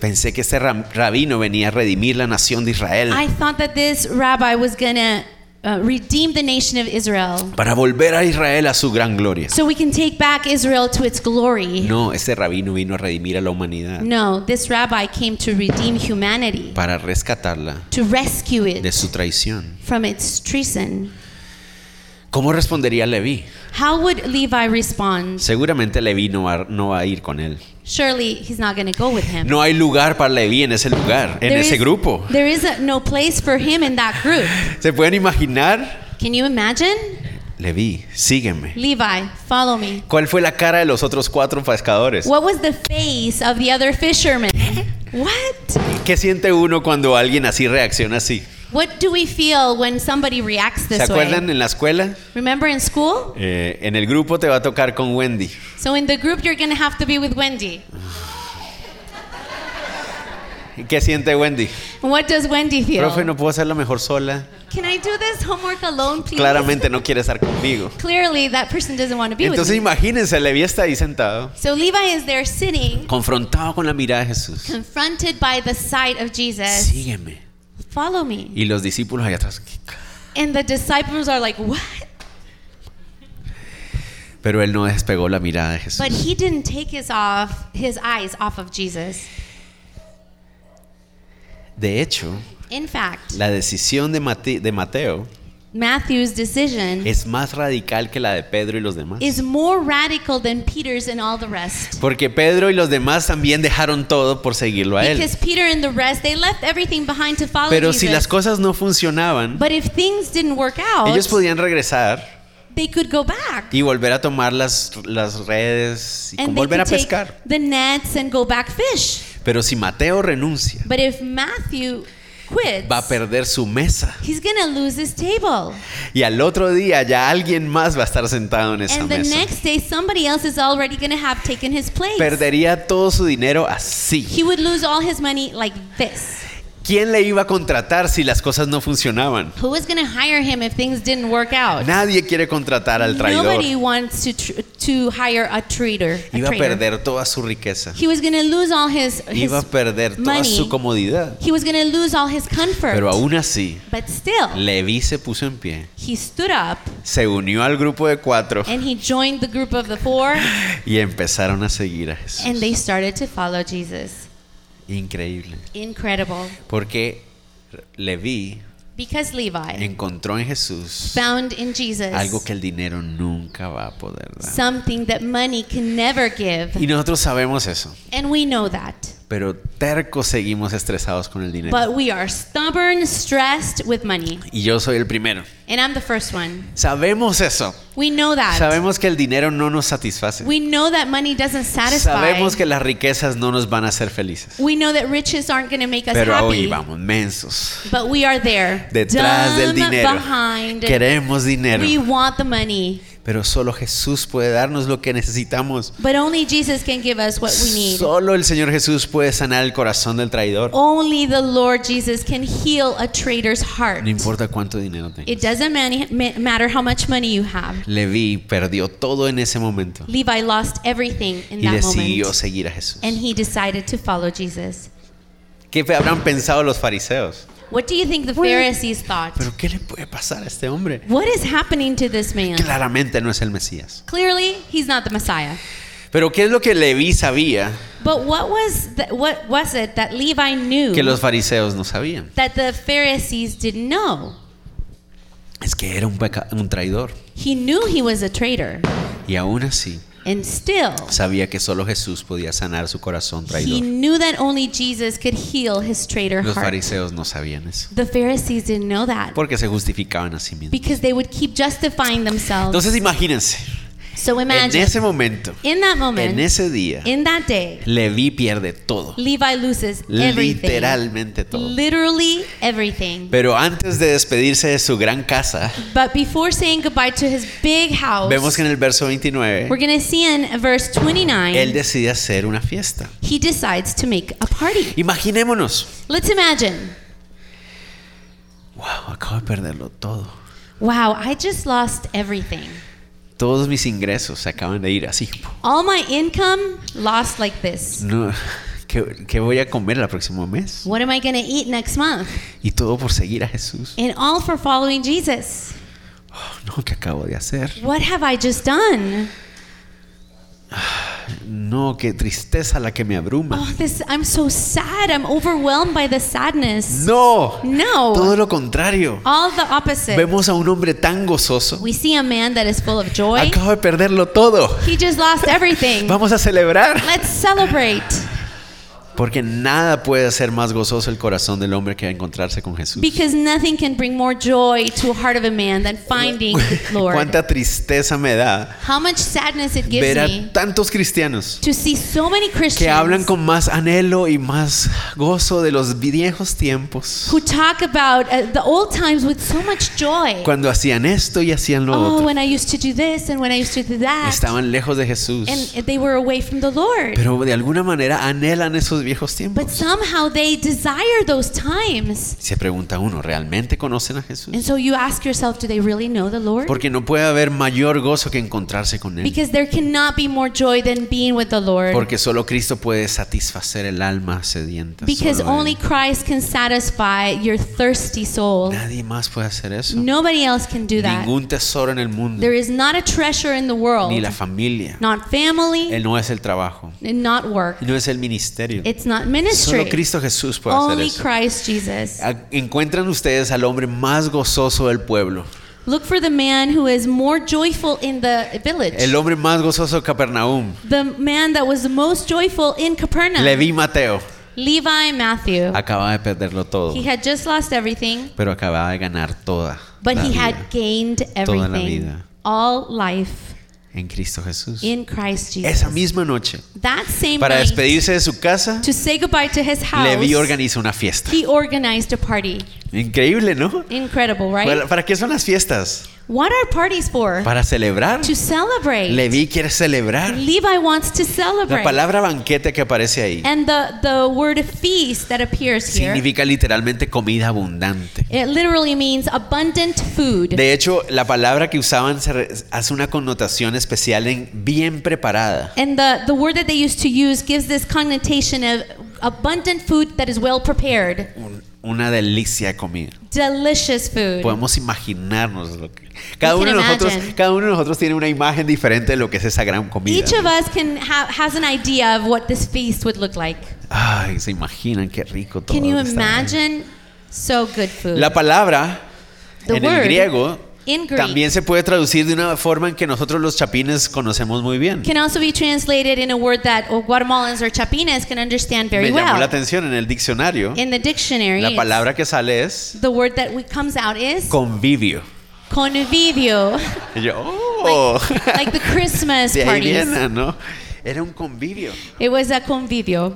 S1: Pensé que este ram- rabino venía a redimir la nación de Israel
S2: I thought that this rabbi was going to uh, redeem the nation of Israel
S1: para volver a Israel a su gran gloria.
S2: so we can take back Israel to its glory.
S1: No, este rabino vino a redimir a la humanidad
S2: No, this rabbi came to redeem humanity,
S1: para rescatarla
S2: to rescue
S1: de
S2: it
S1: su traición.
S2: from its treason.
S1: ¿Cómo respondería Leví?
S2: How would Levi respond?
S1: Seguramente Leví no va, no va a ir con él.
S2: Surely he's not going to go with him.
S1: No hay lugar para Leví en ese lugar, en
S2: There
S1: ese
S2: is-
S1: grupo.
S2: There is a- no place for him in that group.
S1: ¿Se pueden imaginar?
S2: Can you imagine?
S1: Leví, sígueme.
S2: Levi, follow me.
S1: ¿Cuál fue la cara de los otros cuatro pescadores?
S2: What was the face of the other fisherman? What?
S1: ¿Qué siente uno cuando alguien así reacciona así?
S2: What do we feel when somebody reacts
S1: ¿Se
S2: this
S1: acuerdan
S2: way?
S1: en la escuela?
S2: Remember in school?
S1: Eh, en el grupo te va a tocar con Wendy.
S2: So in the group you're going to have to be with Wendy.
S1: ¿Qué siente Wendy?
S2: What does Wendy feel?
S1: Profe, no puedo hacerlo mejor sola.
S2: Can I do this homework alone, please?
S1: Claramente no quiere estar conmigo.
S2: Clearly, that person doesn't want to be with
S1: Entonces
S2: me.
S1: imagínense, Levi está ahí sentado,
S2: So Levi is there sitting,
S1: confrontado con la mirada de Jesús.
S2: confronted by the sight of Jesus.
S1: Sígueme.
S2: Follow me.
S1: Y los discípulos allá atrás. ¿qué ca-
S2: And the disciples are like, what?
S1: Pero él no despegó la mirada de Jesús.
S2: But he didn't take his off his eyes off of Jesus.
S1: De hecho,
S2: In fact,
S1: la decisión de, Mate- de Mateo
S2: Matthew's decision
S1: es más radical que la de Pedro y los demás.
S2: is more radical than Peter's and all the rest.
S1: Porque Pedro y los demás también dejaron todo por seguirlo a él.
S2: Because Peter and the rest, they left everything behind to follow
S1: Pero si
S2: Jesus.
S1: las cosas no funcionaban,
S2: But if things didn't work out,
S1: ellos podían regresar
S2: they could go back.
S1: y volver a tomar las, las redes y
S2: And they
S1: volver a
S2: could take
S1: pescar.
S2: the nets and go back fish.
S1: Pero si Mateo renuncia,
S2: But if Matthew quits,
S1: va a perder su mesa.
S2: he's going to lose his table.
S1: Y al otro día ya alguien más va a estar sentado en esa
S2: And the
S1: mesa.
S2: next day, somebody else is already going to have taken his place.
S1: Perdería todo su dinero así.
S2: He would lose all his money like this.
S1: ¿Quién le iba a contratar si las cosas no funcionaban?
S2: Who was going to hire him if things didn't work out?
S1: Nadie quiere contratar al traidor.
S2: Nobody wants to tr- to hire a traitor. a
S1: Iba a
S2: traitor.
S1: perder toda su riqueza.
S2: He was going to lose all his, his
S1: Iba a perder toda
S2: money.
S1: su comodidad.
S2: He was going to lose all his comfort.
S1: Pero aún así,
S2: but still,
S1: Leví se puso en pie,
S2: he stood up
S1: se unió al grupo de cuatro
S2: and he joined the group of the four,
S1: y empezaron a seguir a Jesús.
S2: and they started to follow Jesus.
S1: Increíble.
S2: Incredible,
S1: Porque Leví
S2: because Levi
S1: encontró en Jesús
S2: found in Jesus
S1: algo que el dinero nunca va a poder dar.
S2: something that money can never give,
S1: Y nosotros sabemos eso,
S2: and we know that.
S1: pero tercos seguimos estresados con el dinero.
S2: But we are stubborn, stressed with money.
S1: Y yo soy el primero.
S2: And I'm the first one.
S1: Sabemos eso.
S2: We know that.
S1: Sabemos que el dinero no nos satisface.
S2: We know that money doesn't satisfy.
S1: Sabemos que las riquezas no nos van a hacer felices.
S2: we know that riches aren't going to make us
S1: Pero
S2: happy.
S1: ahí vamos, mensos.
S2: But we are there.
S1: Detrás del
S2: Dumb
S1: dinero.
S2: Behind.
S1: Queremos dinero.
S2: We want the money.
S1: Pero solo Jesús puede darnos lo que necesitamos.
S2: But only Jesus can give us what we need. Oh.
S1: Solo el Señor Jesús puede sanar el corazón del traidor.
S2: only the Lord Jesus can heal a traitor's heart.
S1: No importa cuánto dinero tenga.
S2: It doesn't mani- ma- matter how much money you have.
S1: Levi perdió todo en ese momento
S2: Levi lost everything in
S1: y
S2: that
S1: decidió
S2: moment.
S1: seguir a Jesús.
S2: And he decided to follow Jesus.
S1: ¿Qué fe- habrán pensado los fariseos?
S2: What do you think the Pharisees thought?
S1: ¿Pero qué le puede pasar a este hombre?
S2: What is happening to this man?
S1: Claramente no es el Mesías.
S2: Clearly, he's not the Messiah.
S1: Pero ¿qué es lo que Levi sabía
S2: But what was th- what was it that Levi knew
S1: que los fariseos no sabían?
S2: that the Pharisees didn't know?
S1: Es que era un, peca- un traidor
S2: He knew he was a traitor,
S1: y aún así
S2: and still
S1: sabía que solo Jesús podía sanar su corazón
S2: he
S1: traidor.
S2: knew that only Jesus could heal his traitor
S1: Los
S2: heart.
S1: fariseos no sabían eso
S2: The Pharisees didn't know that
S1: porque se justificaban a sí mismos.
S2: because they would keep justifying themselves.
S1: Entonces imagínense,
S2: So
S1: en
S2: imagine
S1: ese momento,
S2: in that
S1: en
S2: moment,
S1: ese día,
S2: in that day,
S1: Levi pierde todo.
S2: Levi loses everything,
S1: Literalmente todo.
S2: literally everything.
S1: Pero antes de despedirse de su gran casa,
S2: But before saying goodbye to his big
S1: vemos
S2: house,
S1: que en el verso
S2: we're
S1: 29,
S2: going to see in verse
S1: él
S2: 29,
S1: decide hacer una fiesta.
S2: he decides to make a party.
S1: Imaginémonos,
S2: Let's imagine.
S1: wow, acabo de perderlo todo.
S2: Wow, I just lost everything.
S1: Todos mis ingresos se acaban de ir así.
S2: All my income lost like this.
S1: No, ¿Qué, qué voy a comer el próximo mes?
S2: What am I going to eat next month?
S1: Y todo por seguir a Jesús.
S2: And all for following Jesus.
S1: Oh, no, ¿qué acabo de hacer?
S2: What have I just done?
S1: No, qué tristeza la que me abruma.
S2: Oh, this I'm so sad. I'm overwhelmed by the sadness.
S1: No, todo
S2: No.
S1: lo contrario.
S2: All the opposite.
S1: Vemos a un hombre tan gozoso.
S2: We see a man that is full of joy.
S1: Acabo de perderlo todo.
S2: He just lost everything.
S1: Vamos a celebrar.
S2: Let's celebrate
S1: Porque nada puede hacer más gozoso el corazón del hombre que encontrarse con Jesús.
S2: because nothing can bring more joy to a heart of a man than finding the Lord.
S1: Cuánta tristeza me da
S2: How much sadness it gives
S1: ver
S2: me
S1: a tantos cristianos
S2: to see so many
S1: que hablan
S2: Christians
S1: con más anhelo y más gozo de los viejos tiempos
S2: who talk about uh, the old times with so much joy.
S1: cuando hacían esto y hacían lo
S2: Oh,
S1: otro.
S2: when I used to do this and when I used to do that.
S1: Estaban lejos de Jesús,
S2: And they were away from the Lord.
S1: pero de alguna manera anhelan esos viejos
S2: But
S1: tiempos.
S2: somehow they desire those times.
S1: Se pregunta uno, ¿realmente conocen a Jesús?
S2: And so you ask yourself, do they really know the Lord?
S1: Porque no puede haber mayor gozo que encontrarse con Él.
S2: Because there cannot be more joy than being with the Lord.
S1: Porque solo Cristo puede satisfacer el alma sedienta.
S2: Because
S1: solo Él.
S2: only Christ can satisfy your thirsty soul.
S1: Nadie más puede hacer eso.
S2: Nobody else can do that.
S1: Ningún tesoro en el mundo,
S2: There is not a treasure in the
S1: ni
S2: world,
S1: la familia.
S2: not family,
S1: Él no es el trabajo,
S2: and not work.
S1: no es el ministerio.
S2: It's not
S1: Solo
S2: ministry.
S1: Cristo Jesús puede hacer
S2: Only
S1: eso.
S2: Christ Jesus.
S1: A- Encuentran ustedes al hombre más gozoso del pueblo,
S2: Look for the man who is more joyful in the
S1: el
S2: village.
S1: hombre más gozoso de Capernaum,
S2: The man that was the most joyful in Capernaum.
S1: Leví Mateo.
S2: Levi Matthew.
S1: Acaba de perderlo todo,
S2: He had just lost everything,
S1: pero acaba de ganar toda
S2: but
S1: la
S2: he
S1: vida
S2: had gained
S1: la
S2: everything.
S1: vida.
S2: All life
S1: en Cristo Jesús.
S2: in Christ
S1: Esa
S2: Jesus.
S1: misma noche,
S2: That same
S1: para
S2: night,
S1: despedirse de su casa,
S2: to say goodbye to his
S1: Leví
S2: house,
S1: organiza una fiesta.
S2: he organized a party.
S1: Increíble, ¿no?
S2: Incredible, right?
S1: ¿Para- ¿Para qué son las fiestas?
S2: What are parties for?
S1: Para celebrar.
S2: To celebrate.
S1: Leví quiere celebrar.
S2: Levi wants to
S1: La
S2: celebrate.
S1: palabra banquete que aparece ahí
S2: And the, the word feast that appears here,
S1: significa literalmente comida abundante.
S2: it literally means abundant food.
S1: De hecho, la palabra que usaban se re- hace una connotación especial en bien preparada.
S2: And the, the word that they used to use gives this connotation of abundant food that is well prepared.
S1: Un- una delicia de comida.
S2: delicious food.
S1: Podemos imaginarnos lo que... Cada
S2: We
S1: uno,
S2: can
S1: de nosotros,
S2: imagine.
S1: cada uno de nosotros tiene una imagen diferente de lo que es esa gran comida.
S2: Each of us can ha- has an idea of what this feast would look like.
S1: Ay, se imaginan qué rico todo.
S2: Can you
S1: lo que está ahí.
S2: imagine? So good food.
S1: La palabra
S2: The
S1: en el
S2: word
S1: griego
S2: in Greek
S1: también se puede traducir de una forma en que nosotros los chapines conocemos muy bien.
S2: can also be translated in a word that oh, Guatemalans or Chapines can understand very
S1: Me llamó la
S2: well.
S1: atención en el diccionario.
S2: In the dictionary,
S1: La
S2: it's-
S1: palabra que sale es
S2: the word that we, comes out is
S1: convivio.
S2: convivio,
S1: Y yo, oh,
S2: like the Christmas
S1: de ahí
S2: parties.
S1: viene, ¿no? Era un convivio.
S2: It was a convivio.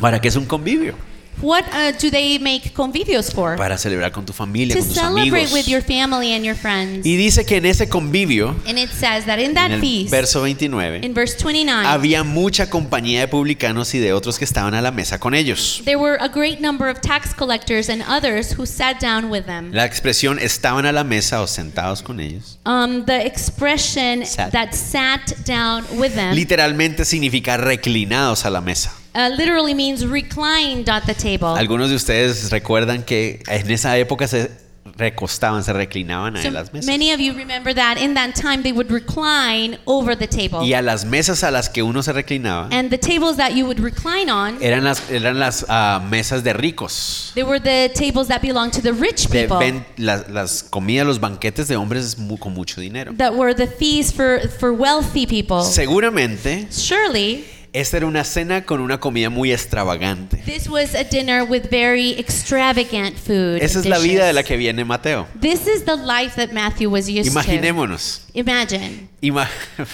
S1: ¿Para qué es un convivio?
S2: What uh, do they make convivios for?
S1: Para celebrar con tu familia,
S2: to
S1: con tus
S2: celebrate
S1: amigos.
S2: with your family and your friends.
S1: Y dice que en ese convivio,
S2: And it says that in
S1: en
S2: that
S1: el
S2: feast,
S1: verso 29,
S2: in verse 29,
S1: había mucha compañía de publicanos y de otros que estaban a la mesa con ellos.
S2: there were a great number of tax collectors and others who sat down with them.
S1: La expresión estaban a la mesa o sentados con ellos.
S2: Um, the expression
S1: Sat.
S2: that sat down with them
S1: Literalmente significa reclinados a la mesa.
S2: uh, literally means reclined at the table.
S1: Algunos de ustedes recuerdan que en esa época se recostaban, se reclinaban a
S2: So
S1: las mesas.
S2: many of you remember that in that time they would recline over the table.
S1: Y a las mesas a las que uno se reclinaba
S2: And the tables that you would recline on,
S1: eran las, eran las ah, mesas de ricos.
S2: they were the tables that belonged to the rich
S1: De
S2: people.
S1: ven- las, las comidas, los banquetes de hombres mu- con mucho dinero.
S2: That were the fees for, for wealthy people.
S1: Seguramente,
S2: Surely,
S1: esta era una cena con una comida muy extravagante.
S2: This was a dinner with very extravagant food.
S1: Esa es
S2: and
S1: la vida de la
S2: dishes.
S1: que viene Mateo.
S2: This is the life that Matthew was used
S1: Imaginémonos.
S2: to. Imagine.
S1: Ima-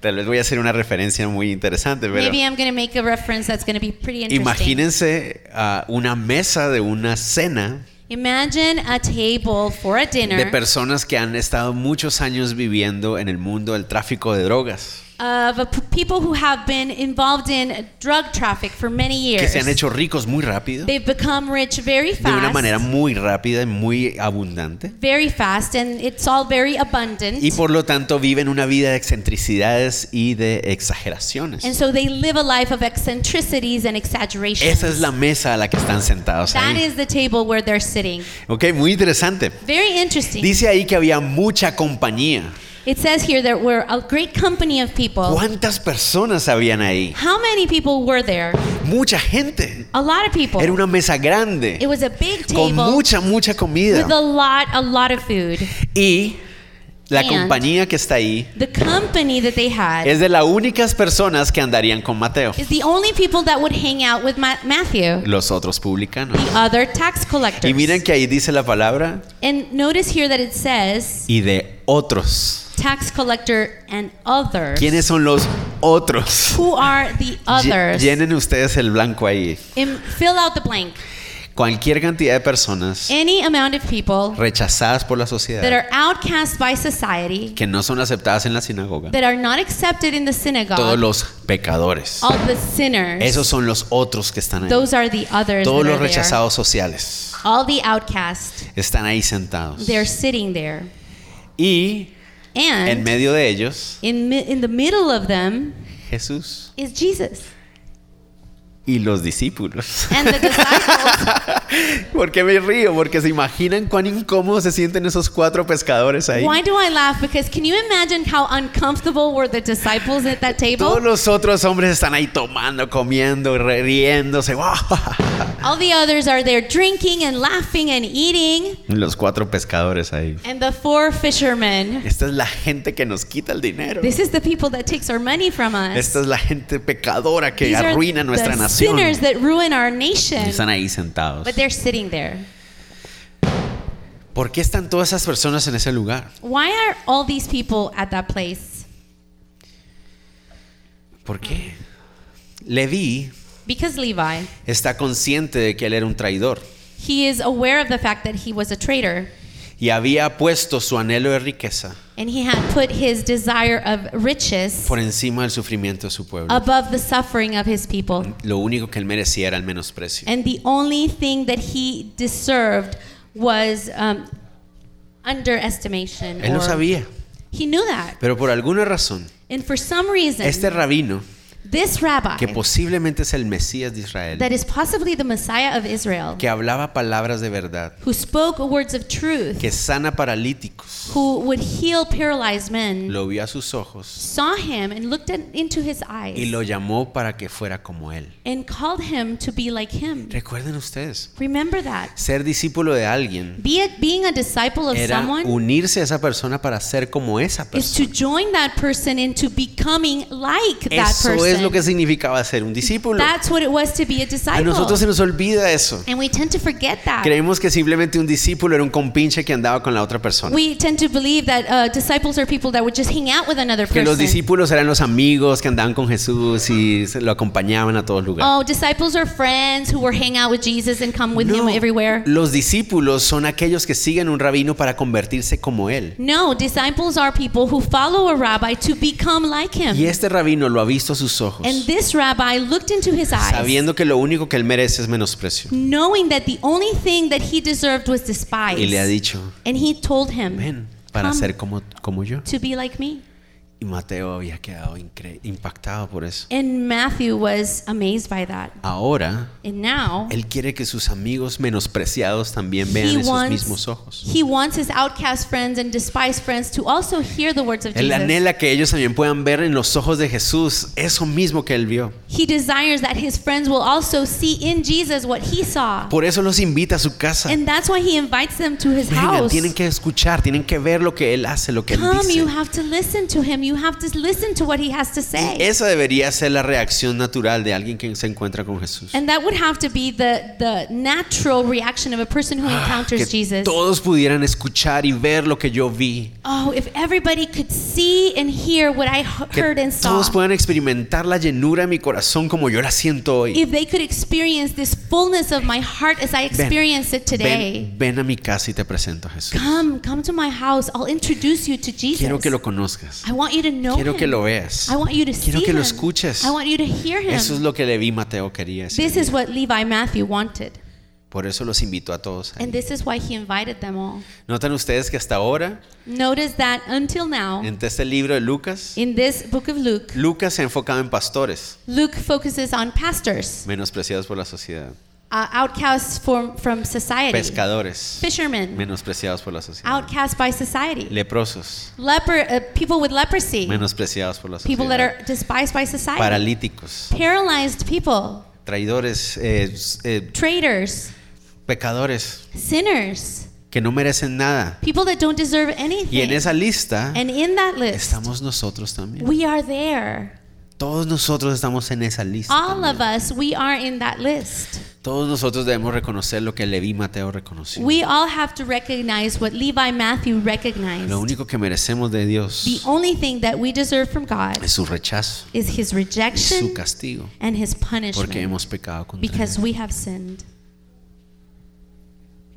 S1: Tal vez voy a hacer una referencia muy interesante, pero
S2: Maybe I'm going to make a reference that's going to be pretty interesting.
S1: imagínense ah, una mesa de una cena
S2: Imagine a table for a
S1: de
S2: dinner
S1: personas que han estado muchos años viviendo en el mundo del tráfico de drogas.
S2: of uh, p- people who have been involved in drug traffic for many
S1: que
S2: years.
S1: se han hecho ricos muy rápido, de
S2: They've become rich very fast.
S1: una manera muy rápida y muy abundante.
S2: very fast, and it's all very abundant.
S1: Y por lo tanto viven una vida de excentricidades y de exageraciones.
S2: and so they live a life of eccentricities and exaggerations.
S1: Esa es la mesa a la que están sentados
S2: that
S1: ahí.
S2: is the table where they're sitting.
S1: Ok, muy interesante.
S2: Very interesting.
S1: Dice ahí que había mucha compañía.
S2: it says here that we're a great company of people.
S1: ¿Cuántas personas habían ahí?
S2: How many people were there?
S1: Mucha gente.
S2: A lot of people.
S1: Era una mesa
S2: Oh. it
S1: grande,
S2: was a big
S1: con
S2: table
S1: mucha, mucha comida.
S2: with a lot, a lot of food.
S1: Y la
S2: And-
S1: compañía que está ahí
S2: The company that they had
S1: es de las únicas personas que andarían con Mateo,
S2: is the only people that would hang out with Ma- Matthew,
S1: los otros publicanos.
S2: the other tax
S1: Y miren
S2: collectors.
S1: que ahí dice la palabra
S2: And notice here that it says
S1: y de otros.
S2: tax collector and others.
S1: ¿Quiénes son los otros?
S2: Who are the
S1: Lle-
S2: others?
S1: Llenen ustedes el blanco ahí.
S2: Im- fill out the blank.
S1: Cualquier cantidad de personas
S2: Any amount of people
S1: rechazadas por la
S2: that
S1: sociedad,
S2: Eh. are outcast by society,
S1: que no son aceptadas en la sinagoga,
S2: that are not accepted in the
S1: todos
S2: synagogue,
S1: los pecadores.
S2: all the sinners.
S1: Esos son los otros que están ahí.
S2: Those are the
S1: Todos
S2: others that
S1: los
S2: are there.
S1: rechazados sociales
S2: All the outcasts,
S1: están ahí sentados.
S2: they're sitting there.
S1: Y en
S2: And
S1: medio de ellos,
S2: in, mi- in the middle of them
S1: Jesús
S2: is Jesus
S1: y los discípulos.
S2: and the disciples.
S1: ¿Por qué me río? Porque se imaginan cuán incómodos se sienten esos cuatro pescadores ahí.
S2: Why do I laugh? Because can you imagine how uncomfortable were the disciples at that table?
S1: Todos los otros hombres están ahí tomando, comiendo, re- riéndose.
S2: All the others are there drinking and laughing and eating.
S1: Los cuatro pescadores ahí.
S2: And the four fishermen.
S1: Esta es la gente que nos quita el dinero.
S2: This is the people that takes our money from us.
S1: Esta es la gente pecadora que
S2: These are
S1: arruina nuestra
S2: the
S1: nación.
S2: sinners that ruin our nation.
S1: Están ahí sentados.
S2: But they're sitting there.
S1: ¿Por qué están todas esas personas en ese lugar?
S2: Why are all these people at that place?
S1: ¿Por qué? Leví
S2: Because Levi,
S1: está consciente de que él era un traidor
S2: he is aware of the fact that he was a traitor
S1: y había puesto su anhelo de riqueza
S2: and he had put his desire of riches
S1: por encima del sufrimiento de su pueblo.
S2: above the suffering of his people.
S1: Lo único que él merecía era el menosprecio.
S2: And the only thing that he deserved was um, underestimation.
S1: Él lo
S2: or-
S1: sabía,
S2: He knew that.
S1: pero por alguna razón,
S2: And for some reason,
S1: este rabino,
S2: this rabbi
S1: que posiblemente es el Mesías de Israel,
S2: that is possibly the Messiah of Israel,
S1: que hablaba palabras de verdad,
S2: who spoke words of truth,
S1: que sana paralíticos,
S2: who would heal paralyzed men,
S1: lo vio a sus ojos
S2: saw him and looked at, into his
S1: y
S2: eyes
S1: lo llamó para que fuera como él.
S2: and called him to be like him.
S1: Recuerden ustedes,
S2: Remember that.
S1: ser discípulo de alguien
S2: Be a, being a disciple of
S1: era
S2: someone
S1: unirse a esa persona para ser como esa
S2: is
S1: persona.
S2: to join that person into becoming like that
S1: Eso
S2: person.
S1: es lo que significaba ser un discípulo.
S2: That's what it was to be a
S1: A
S2: disciple.
S1: nosotros se nos olvida eso.
S2: and we tend to forget that.
S1: Creemos que simplemente un discípulo era un compinche que andaba con la otra persona.
S2: We tend to believe that uh, disciples are people that would just hang out with another
S1: Que los
S2: person.
S1: discípulos eran los amigos que andaban con Jesús y se lo acompañaban a todos lugares.
S2: Oh, disciples are friends who were hang out with Jesus and come Oh, with him
S1: No,
S2: everywhere.
S1: los discípulos son aquellos que siguen un rabino para convertirse como él.
S2: No, disciples are people who follow a rabbi to become like him.
S1: Y este rabino lo ha visto a sus ojos,
S2: And this rabbi looked into his eyes,
S1: sabiendo que lo único que él merece es menosprecio.
S2: knowing that the only thing that he deserved was
S1: Y le ha
S2: despise.
S1: dicho,
S2: And he told him,
S1: ven, para
S2: Come.
S1: ser como, como yo.
S2: to be like me.
S1: Y Mateo había quedado incre- impactado por eso.
S2: And Matthew was amazed by that.
S1: Ahora,
S2: And now
S1: él quiere que sus amigos menospreciados también vean
S2: he
S1: esos
S2: wants,
S1: mismos ojos.
S2: he wants his outcast friends and despised friends to also hear the words of
S1: Él
S2: Jesus.
S1: anhela que ellos también puedan ver en los ojos de Jesús eso mismo que él vio.
S2: He desires that his friends will also see in Jesus what he saw.
S1: Por eso los invita a su casa.
S2: And that's why he invites them to his
S1: Vengan,
S2: house.
S1: tienen que escuchar, tienen que ver lo que él hace, lo que él
S2: Come,
S1: dice.
S2: you have to listen to him. You have to listen to what he has to
S1: Y
S2: say.
S1: esa debería ser la reacción natural de alguien que se encuentra con Jesús.
S2: And that would have to be the, the natural reaction of a person who
S1: Ah, Que
S2: encounters Jesus.
S1: todos pudieran escuchar y ver lo que yo vi.
S2: Oh, if everybody could see and hear what I h-
S1: Que
S2: heard and saw.
S1: todos puedan experimentar la llenura de mi corazón como yo la siento hoy.
S2: If they could experience this fullness of my heart as I
S1: Ven,
S2: experience it today.
S1: Ven, ven a mi casa y te presento a Jesús.
S2: Come, come to my house. I'll introduce you to Jesus.
S1: Quiero que lo conozcas.
S2: I want you you to know
S1: Quiero
S2: him.
S1: que lo veas.
S2: I want you to
S1: Quiero
S2: see
S1: que lo
S2: him.
S1: escuches.
S2: I want you to hear him.
S1: Eso es lo que Levi Mateo quería ese
S2: this
S1: día.
S2: is what Levi Matthew wanted.
S1: Por eso los invitó a todos. ahí.
S2: And this is why he invited them all.
S1: Notan ustedes que hasta ahora,
S2: Notice that until now,
S1: en este libro de Lucas,
S2: in this book of Luke,
S1: Lucas se ha enfocado en pastores,
S2: Luke focuses on pastors,
S1: menospreciados por la sociedad.
S2: uh, outcasts from, from society,
S1: Pescadores,
S2: fishermen,
S1: menospreciados por la sociedad.
S2: outcast by society,
S1: Leprosos,
S2: leper, uh, people with leprosy,
S1: menospreciados por la
S2: people that
S1: sociedad.
S2: are despised by society,
S1: Paralíticos,
S2: paralyzed people,
S1: traidores, eh, eh,
S2: traitors,
S1: pecadores,
S2: sinners,
S1: que no merecen nada.
S2: people that don't deserve anything.
S1: Y en esa lista
S2: and in that list,
S1: estamos nosotros también.
S2: we are there.
S1: Todos nosotros estamos en esa lista.
S2: All
S1: también.
S2: of us, we are in that list.
S1: Todos nosotros debemos reconocer lo que Leví Mateo reconoció.
S2: We all have to recognize what Levi Matthew recognized.
S1: Lo único que merecemos de
S2: The
S1: Dios
S2: only thing that we deserve from God
S1: es su rechazo
S2: is his
S1: y su
S2: rejection
S1: castigo,
S2: and his
S1: porque
S2: punishment
S1: hemos pecado contra
S2: because
S1: él.
S2: we have sinned.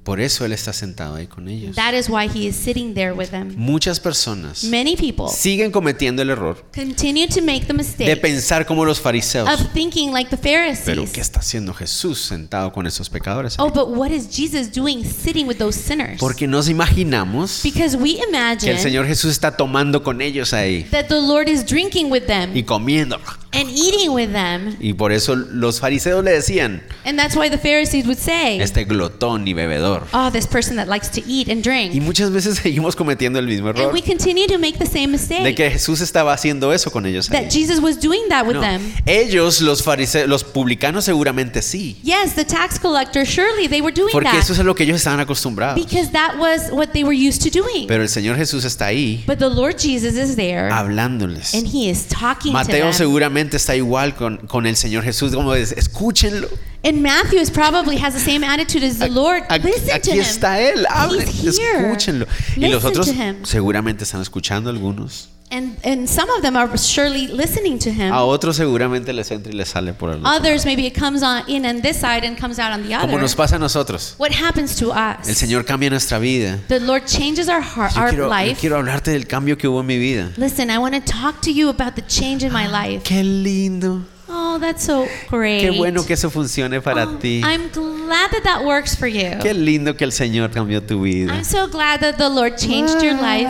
S1: Por eso él está sentado ahí con ellos.
S2: That is why he is sitting there with them.
S1: Muchas personas
S2: Many people
S1: siguen cometiendo el error
S2: continue to make
S1: de
S2: the mistake
S1: pensar como los
S2: of
S1: fariseos.
S2: thinking like the
S1: Pero ¿qué
S2: Pharisees.
S1: está haciendo Jesús sentado con esos pecadores?
S2: Oh, but what is Jesus doing sitting with those sinners?
S1: Porque nos imaginamos
S2: Oh, Because we
S1: que el
S2: imagine
S1: Señor Jesús está tomando con ellos ahí
S2: that the Lord is drinking with
S1: y
S2: them
S1: comiendo.
S2: and eating with them.
S1: Y por eso los fariseos le decían,
S2: And that's why the Pharisees would say,
S1: este glotón y bebedor.
S2: Oh, this person that likes to eat and drink.
S1: Y muchas veces seguimos cometiendo el mismo
S2: And
S1: error
S2: we continue to make the same
S1: de
S2: mistake
S1: que Jesús estaba haciendo eso con ellos. ahí.
S2: that Jesus was doing that with
S1: No.
S2: them.
S1: Ellos, los fariseos, los publicanos seguramente sí,
S2: Yes, the tax collector, surely they were doing
S1: porque eso
S2: that
S1: es a lo que ellos estaban acostumbrados.
S2: because that was what they were used to doing.
S1: Pero el Señor Jesús está ahí
S2: But the Lord Jesus is there
S1: hablándoles.
S2: and he is talking
S1: Mateo
S2: to them.
S1: seguramente está igual con, con el Señor Jesús, como es, escúchenlo.
S2: And Matthew is probably has the same attitude as the Lord.
S1: Aquí,
S2: Listen
S1: aquí
S2: to him.
S1: está Él, hablen,
S2: He's here.
S1: escúchenlo. Y los
S2: Listen
S1: otros
S2: to him.
S1: seguramente están escuchando algunos.
S2: And and some of them are surely listening to him.
S1: A otros seguramente les entra y les sale por el otro.
S2: Others maybe it comes on in on this side and comes out on the
S1: Como
S2: other.
S1: nos pasa a nosotros.
S2: What happens to
S1: El
S2: us?
S1: Señor cambia nuestra vida.
S2: The Lord changes our heart,
S1: Yo
S2: our
S1: quiero, yo
S2: life.
S1: quiero hablarte del cambio que hubo en mi vida.
S2: Listen, I want to talk to you about the change in my life.
S1: Ah, Qué lindo.
S2: Oh, that's so great.
S1: Qué bueno que eso funcione para
S2: Oh,
S1: ti.
S2: I'm glad that that works for you.
S1: Qué lindo que el Señor cambió tu vida.
S2: I'm so glad that the Lord changed
S1: Ah.
S2: your life.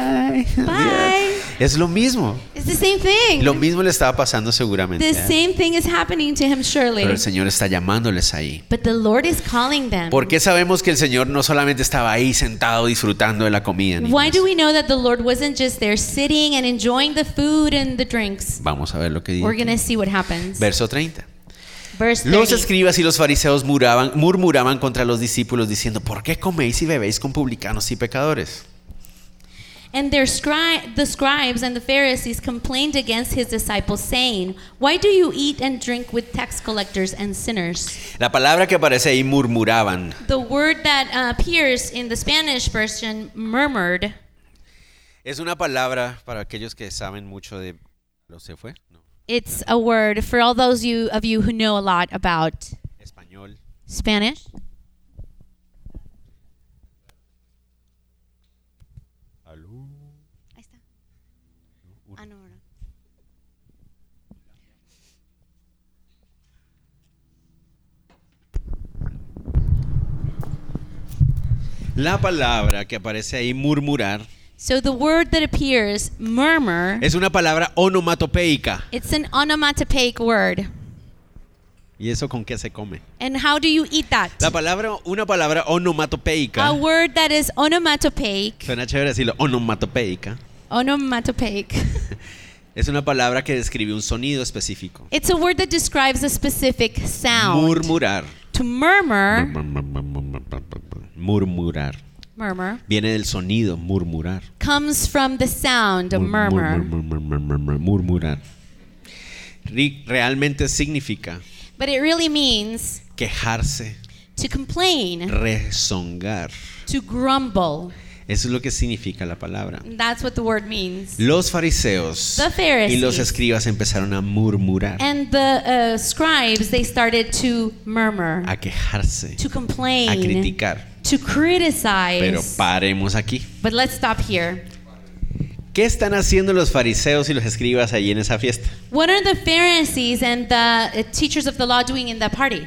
S1: Ay,
S2: Bye.
S1: Es lo mismo.
S2: It's the same thing.
S1: Lo mismo le estaba pasando seguramente.
S2: the
S1: ¿eh?
S2: same thing is happening to him,
S1: Pero
S2: surely.
S1: el Señor está llamándoles ahí.
S2: But the Lord is calling them.
S1: ¿Por qué sabemos que el Señor no solamente estaba ahí sentado disfrutando de la comida? ni
S2: Why
S1: más?
S2: do we know that the Lord wasn't just there sitting and enjoying the food and the drinks?
S1: Vamos a ver lo que dice.
S2: We're going to
S1: aquí.
S2: see what happens.
S1: Verso 30.
S2: Verse
S1: Los
S2: 30.
S1: escribas y los fariseos muraban- murmuraban contra los discípulos diciendo, ¿por qué coméis y bebéis con publicanos y pecadores?
S2: And their scri- the scribes and the Pharisees complained against his disciples, saying, Why do you eat and drink with tax collectors and sinners?
S1: La palabra que aparece ahí, murmuraban,
S2: The word that uh, appears in the Spanish version, murmured,
S1: es una palabra para aquellos que saben mucho de... ¿Lo se fue? No.
S2: it's a word for all those you, of you who know a lot about
S1: Español.
S2: Spanish. Ahí está. Ah, no, no, no.
S1: La palabra que aparece ahí, murmurar,
S2: So the word that appears, murmur,
S1: es una palabra onomatopeica.
S2: it's an onomatopoeic word.
S1: ¿Y eso con qué se come?
S2: And how do you eat that?
S1: La palabra, una palabra onomatopeica.
S2: A word that is onomatopoeic.
S1: Suena chévere decirlo, onomatopeica.
S2: Onomatopoeic.
S1: Es una palabra que describe un sonido específico.
S2: It's a word that describes a specific sound.
S1: Murmurar.
S2: to murmur,
S1: Murmurar.
S2: murmur,
S1: Viene del sonido, murmurar.
S2: comes from the sound, a murmur.
S1: Murmurar. Ri- Realmente significa
S2: But it really means
S1: quejarse,
S2: to complain,
S1: rezongar.
S2: to grumble.
S1: Eso es lo que significa la palabra.
S2: That's what the word means.
S1: Los fariseos
S2: The Pharisees.
S1: y los escribas empezaron a murmurar,
S2: And the uh, scribes, they started to murmur,
S1: a quejarse,
S2: to
S1: a
S2: complain,
S1: criticar.
S2: to
S1: Pero
S2: criticize.
S1: paremos aquí.
S2: But let's stop here.
S1: ¿Qué están haciendo los fariseos y los escribas allí en esa fiesta?
S2: What are the Pharisees and the uh, teachers of the law doing in that party?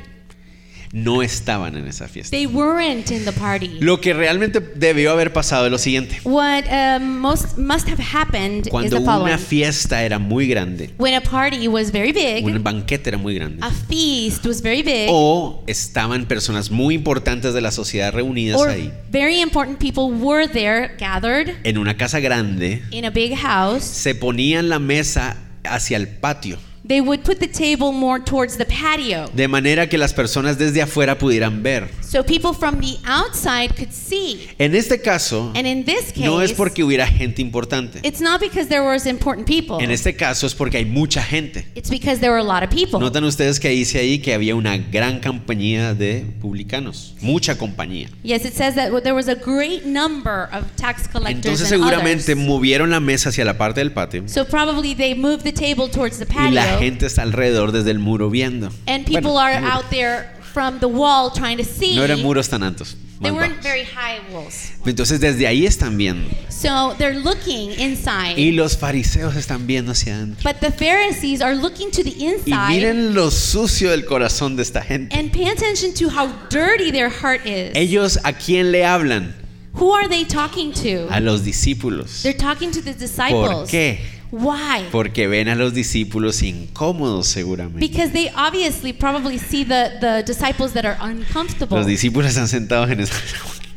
S1: No estaban en esa fiesta.
S2: They weren't in the party.
S1: Lo que realmente debió haber pasado es lo siguiente.
S2: What um, most must have happened is
S1: Cuando
S2: the following.
S1: una fiesta era muy grande,
S2: when a party was very big,
S1: un banquete era muy grande,
S2: a feast was very big,
S1: o estaban personas muy importantes de la sociedad reunidas
S2: or
S1: ahí,
S2: very important people were there gathered
S1: en una casa grande,
S2: in a big house,
S1: se ponían la mesa hacia el patio,
S2: they would put the table more towards the patio
S1: de manera que las personas desde afuera pudieran ver.
S2: so people from the outside could see.
S1: En este caso,
S2: And in this este case,
S1: no es porque hubiera gente importante.
S2: it's not because there was important people.
S1: En este caso es porque hay mucha gente.
S2: It's because there were a lot of people.
S1: Notan ustedes que dice ahí que había una gran compañía de publicanos, mucha compañía.
S2: Yes, it says that there was a great number of tax collectors
S1: Entonces
S2: and
S1: seguramente
S2: others.
S1: movieron la mesa hacia la parte del patio
S2: So probably they moved the table towards the
S1: y la
S2: patio,
S1: gente está alrededor desde el muro viendo.
S2: and people
S1: Bueno,
S2: are
S1: muro.
S2: out there from the wall trying to see.
S1: No eran muros tan altos.
S2: they
S1: más
S2: weren't
S1: bajos.
S2: very high walls,
S1: Entonces desde ahí están viendo.
S2: so they're looking inside.
S1: Y los fariseos están viendo hacia adentro.
S2: but the Pharisees are looking to the
S1: Y
S2: inside
S1: miren lo sucio del corazón de esta gente.
S2: and pay attention to how dirty their heart is.
S1: Ellos a quién le hablan?
S2: Who are they talking to?
S1: A los discípulos.
S2: They're talking to the
S1: ¿Por
S2: disciples.
S1: qué?
S2: Why?
S1: Porque ven a los discípulos incómodos seguramente.
S2: Because they obviously probably see the, the disciples that are uncomfortable.
S1: Los discípulos están sentados en esta...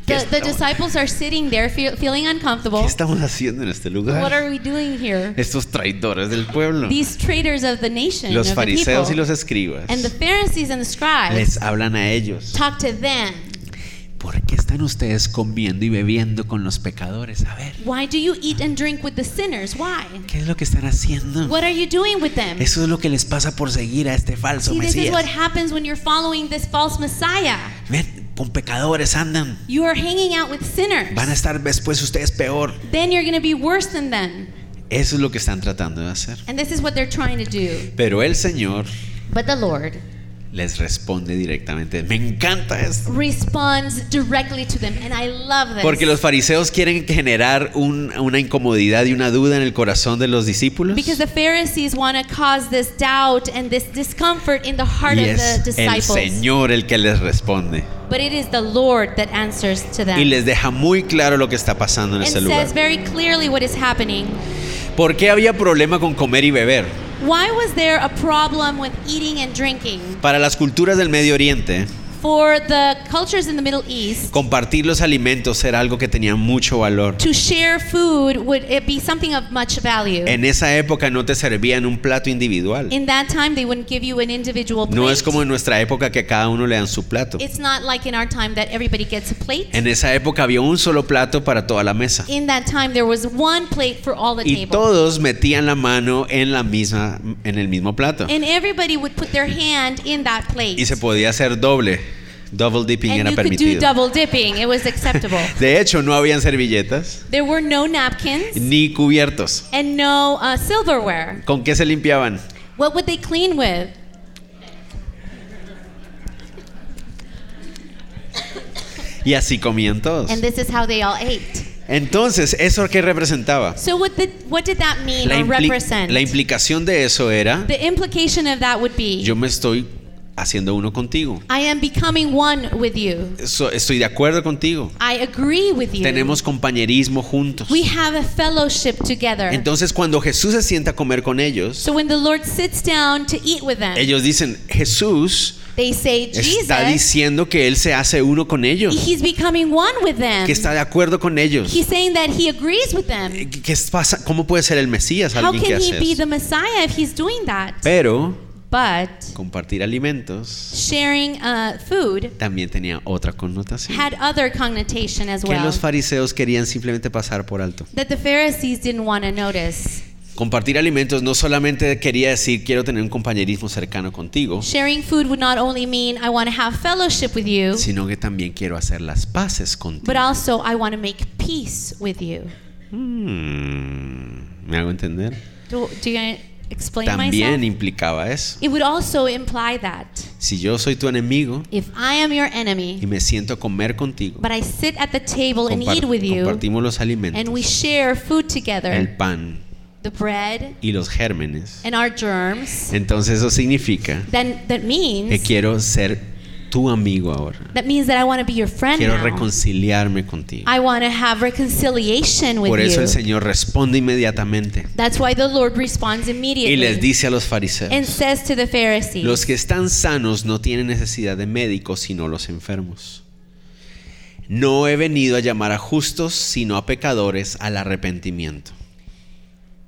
S1: ¿Qué,
S2: The, the
S1: estamos,
S2: disciples are sitting there feel, feeling
S1: qué
S2: uncomfortable.
S1: estamos haciendo en este
S2: What
S1: lugar?
S2: are we doing here?
S1: Estos traidores del pueblo.
S2: These traitors of the nation,
S1: Los
S2: of the
S1: fariseos y
S2: people,
S1: los escribas
S2: and the Pharisees and the scribes
S1: les hablan a ellos.
S2: talk to them.
S1: ¿Por qué están ustedes comiendo y bebiendo con los pecadores? A ver,
S2: Why do you eat and drink with the sinners? Why?
S1: ¿qué es lo que están haciendo?
S2: What are you doing with them?
S1: Eso es lo que les pasa por seguir a este falso
S2: See, this is what
S1: Mesías.
S2: happens when you're following this false Messiah.
S1: Ven, con pecadores andan.
S2: You are hanging out with sinners.
S1: Van a estar después ustedes peor.
S2: Then you're going to be worse than them.
S1: Eso es lo que están tratando de hacer.
S2: And this is what they're trying to do.
S1: Pero el Señor
S2: But the Lord
S1: les responde directamente. Me encanta esto.
S2: responds directly to them. And I love this.
S1: Porque los fariseos quieren generar un- una incomodidad y una duda en el corazón de los discípulos.
S2: Because the Pharisees want to cause this doubt and this discomfort in the heart
S1: Y
S2: of the
S1: es el
S2: disciples.
S1: Señor el que les responde.
S2: But it is the Lord that answers to them
S1: Y les deja muy claro lo que está pasando en
S2: and
S1: ese
S2: says
S1: lugar.
S2: very clearly what is happening.
S1: ¿Por qué había problema con comer y beber?
S2: Why was there a problem with eating and drinking?
S1: Para las culturas del Medio Oriente,
S2: For the cultures in the Middle East,
S1: compartir los alimentos era algo que tenía mucho valor.
S2: to share food would it be something of much value?
S1: En esa época no te servían un plato individual.
S2: in that time, they wouldn't give you an individual plate.
S1: No es como en nuestra época que a cada uno le dan su plato.
S2: it's not like in our time that everybody gets a plate.
S1: En esa época había un solo plato para toda la mesa.
S2: in that time, there was one plate for all the
S1: Y
S2: table.
S1: todos metían la mano en la misma en el mismo plato.
S2: And everybody would put their hand in that plate.
S1: Y se podía hacer doble. Double dipping
S2: and
S1: era
S2: you could do
S1: permitido.
S2: double dipping. It was acceptable.
S1: De hecho, no habían servilletas
S2: there were no napkins
S1: ni cubiertos.
S2: and no uh, silverware.
S1: ¿Con qué se limpiaban?
S2: What would they clean with?
S1: Y así comían todos.
S2: And this is how they all ate.
S1: Entonces, ¿eso qué representaba?
S2: So what did what did that mean
S1: La,
S2: or
S1: impli-
S2: represent?
S1: la implicación de eso era,
S2: the implication of that would be
S1: yo me estoy haciendo uno contigo.
S2: I am becoming one with you.
S1: So- estoy de acuerdo contigo.
S2: I agree with you.
S1: Tenemos compañerismo juntos.
S2: we have a fellowship together.
S1: Entonces, cuando Jesús se sienta a comer con ellos,
S2: so when the Lord sits down to eat with them,
S1: ellos dicen, Jesús
S2: they say,
S1: está
S2: Jesus,
S1: diciendo que Él se hace uno con ellos,
S2: he's becoming one with them.
S1: que está de acuerdo con ellos.
S2: He's saying that he agrees with them.
S1: ¿Qué- qué pasa? ¿Cómo puede ser el Mesías
S2: How
S1: alguien que
S2: can he
S1: hace
S2: be
S1: eso?
S2: the Messiah if he's doing that?
S1: Pero
S2: But
S1: compartir alimentos
S2: sharing uh, food
S1: también tenía otra connotación.
S2: had other connotation as
S1: Que
S2: well
S1: los fariseos querían simplemente pasar por alto.
S2: that the Pharisees didn't want to notice.
S1: Compartir alimentos no solamente quería decir quiero tener un compañerismo cercano contigo,
S2: Sharing food would not only mean I want to have fellowship with you,
S1: sino que también quiero hacer las paces
S2: but
S1: contigo.
S2: also I want to make peace with you.
S1: Mm, ¿Me hago entender?
S2: Do, do you explain
S1: también
S2: myself.
S1: implicaba eso.
S2: It would also imply that
S1: Si yo soy tu enemigo
S2: if I am your
S1: y
S2: enemy,
S1: me siento a comer contigo,
S2: but I sit at the table and
S1: compar-
S2: eat with you,
S1: compartimos los alimentos,
S2: and we share food together,
S1: el pan
S2: the bread
S1: y los gérmenes,
S2: and our germs,
S1: entonces eso significa
S2: then that
S1: que
S2: means
S1: quiero ser tu amigo ahora.
S2: that means that I want to be your friend
S1: Quiero
S2: now.
S1: reconciliarme contigo.
S2: I want to have reconciliation with
S1: Por eso
S2: you.
S1: el Señor responde inmediatamente
S2: That's why the Lord responds
S1: y les
S2: immediately
S1: dice a los
S2: and
S1: fariseos,
S2: says to the Pharisees,
S1: los que están sanos no tienen necesidad de médicos sino los enfermos. No he venido a llamar a justos sino a pecadores al arrepentimiento.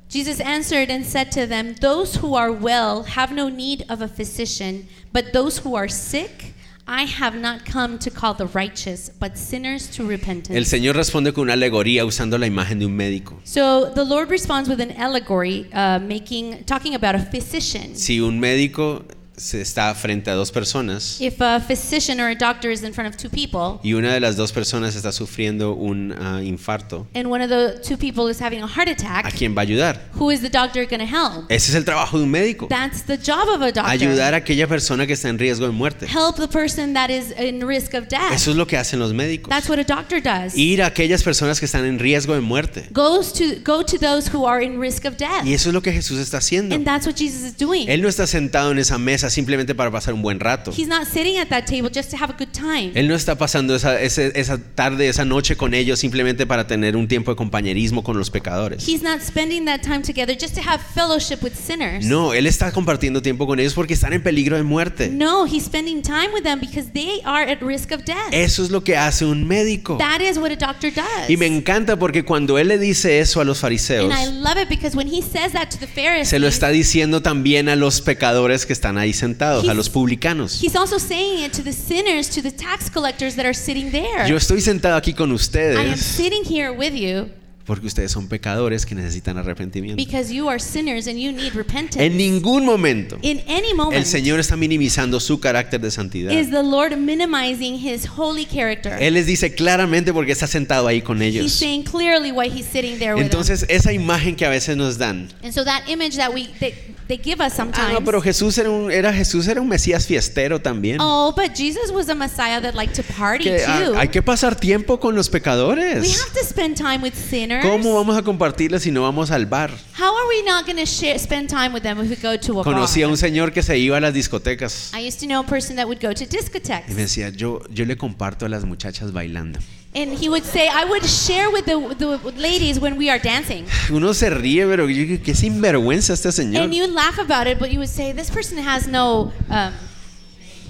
S2: Jesus answered and said to them, Those who are well have no need of a physician, but those who are sick, I have not come to call the righteous, but sinners to
S1: El
S2: repentance.
S1: Señor responde con una alegoría usando la imagen de un médico.
S2: so the Lord responds with an allegory, uh, making talking about a physician.
S1: Si un médico se está frente a dos personas
S2: If a physician or a doctor is in front of two people,
S1: y una de las dos personas está sufriendo un ah, infarto,
S2: and one of the two people is having a heart attack,
S1: ¿a quién va a ayudar?
S2: who is the doctor going to help?
S1: Ese es el trabajo de un médico.
S2: That's the job of a doctor.
S1: Ayudar a aquella persona que está en riesgo de muerte.
S2: Help the person that is in risk of death.
S1: Eso es lo que hacen los médicos.
S2: That's what a doctor does.
S1: Ir a aquellas personas que están en riesgo de muerte.
S2: goes to go to those who are in risk of death.
S1: Y eso es lo que Jesús está haciendo.
S2: And that's what Jesus is doing.
S1: Él no está sentado en esa mesa simplemente para pasar un buen rato.
S2: He's not sitting at that table just to have a good time.
S1: Él no está pasando esa, ese- esa tarde, esa noche con ellos simplemente para tener un tiempo de compañerismo con los pecadores.
S2: He's not spending that time together just to have fellowship with sinners.
S1: No, Él está compartiendo tiempo con ellos porque están en peligro de muerte.
S2: No, he's spending time with them because they are at risk of death.
S1: Eso es lo que hace un médico.
S2: That is what a doctor does.
S1: Y me encanta porque cuando Él le dice eso a los
S2: And
S1: fariseos,
S2: I love it because when he says that to the
S1: se lo
S2: Pharisees,
S1: está diciendo también a los pecadores que están ahí sentados, a los publicanos.
S2: he's also saying it to the sinners, to the tax collectors that are sitting there.
S1: Yo estoy sentado aquí con
S2: I am
S1: ustedes
S2: sitting here with you
S1: porque ustedes son pecadores que necesitan arrepentimiento.
S2: because you are sinners and you need
S1: En
S2: repentance.
S1: ningún momento
S2: In any
S1: el
S2: moment,
S1: Señor está minimizando su carácter de santidad.
S2: is the Lord minimizing his holy character.
S1: Él les dice claramente porque está sentado ahí con
S2: He's
S1: ellos.
S2: saying clearly why he's sitting there with them.
S1: Entonces, esa imagen que a veces nos dan.
S2: And so that image that we they, they give us
S1: Ah,
S2: sometimes.
S1: no, pero Jesús era un, era Jesús era un Mesías fiestero también.
S2: oh, but Jesus was a Messiah that liked to party
S1: Que, ah,
S2: too.
S1: hay que pasar tiempo con los
S2: we
S1: pecadores.
S2: have to spend time with sinners.
S1: ¿Cómo vamos a compartirles si no vamos al bar?
S2: How are we not going to share, spend time with them if we go to a
S1: Conocí a
S2: bar?
S1: un señor que se iba a las discotecas.
S2: I used to know a person that would go to discotheques,
S1: Y me decía, yo, yo le comparto a las muchachas bailando.
S2: and he would say, "I would share with the, the ladies when we are dancing."
S1: Uno se ríe, pero yo digo, qué sinvergüenza este señor.
S2: And you laugh about it, but you would say, "This person has no um,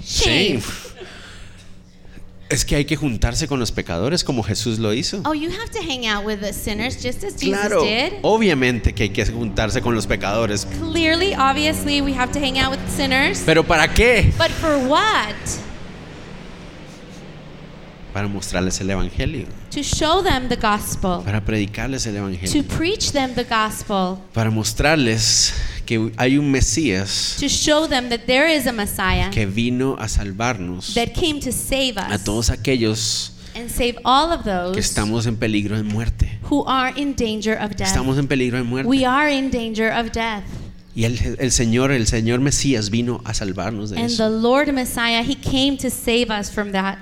S2: shame."
S1: Shame. Es que hay que juntarse con los pecadores como Jesús lo hizo.
S2: Oh, you have to hang out with the sinners just as Jesus
S1: Claro,
S2: did.
S1: obviamente que hay que juntarse con los pecadores.
S2: Clearly, obviously, we have to hang out with sinners.
S1: ¿Pero para qué?
S2: But for what?
S1: Para mostrarles el Evangelio,
S2: To show them the gospel,
S1: para predicarles el
S2: to
S1: Evangelio,
S2: preach them the gospel,
S1: para mostrarles que hay un Mesías
S2: to show them that there is a Messiah
S1: que vino a salvarnos
S2: that came to save
S1: a
S2: us
S1: todos aquellos
S2: and save all of
S1: que
S2: those
S1: estamos en peligro de muerte.
S2: who are in danger of death.
S1: Estamos en peligro de muerte.
S2: We are in danger of death.
S1: Y el, el Señor, el Señor Mesías vino a salvarnos de
S2: And the
S1: eso.
S2: Lord Messiah, He came to save us from that.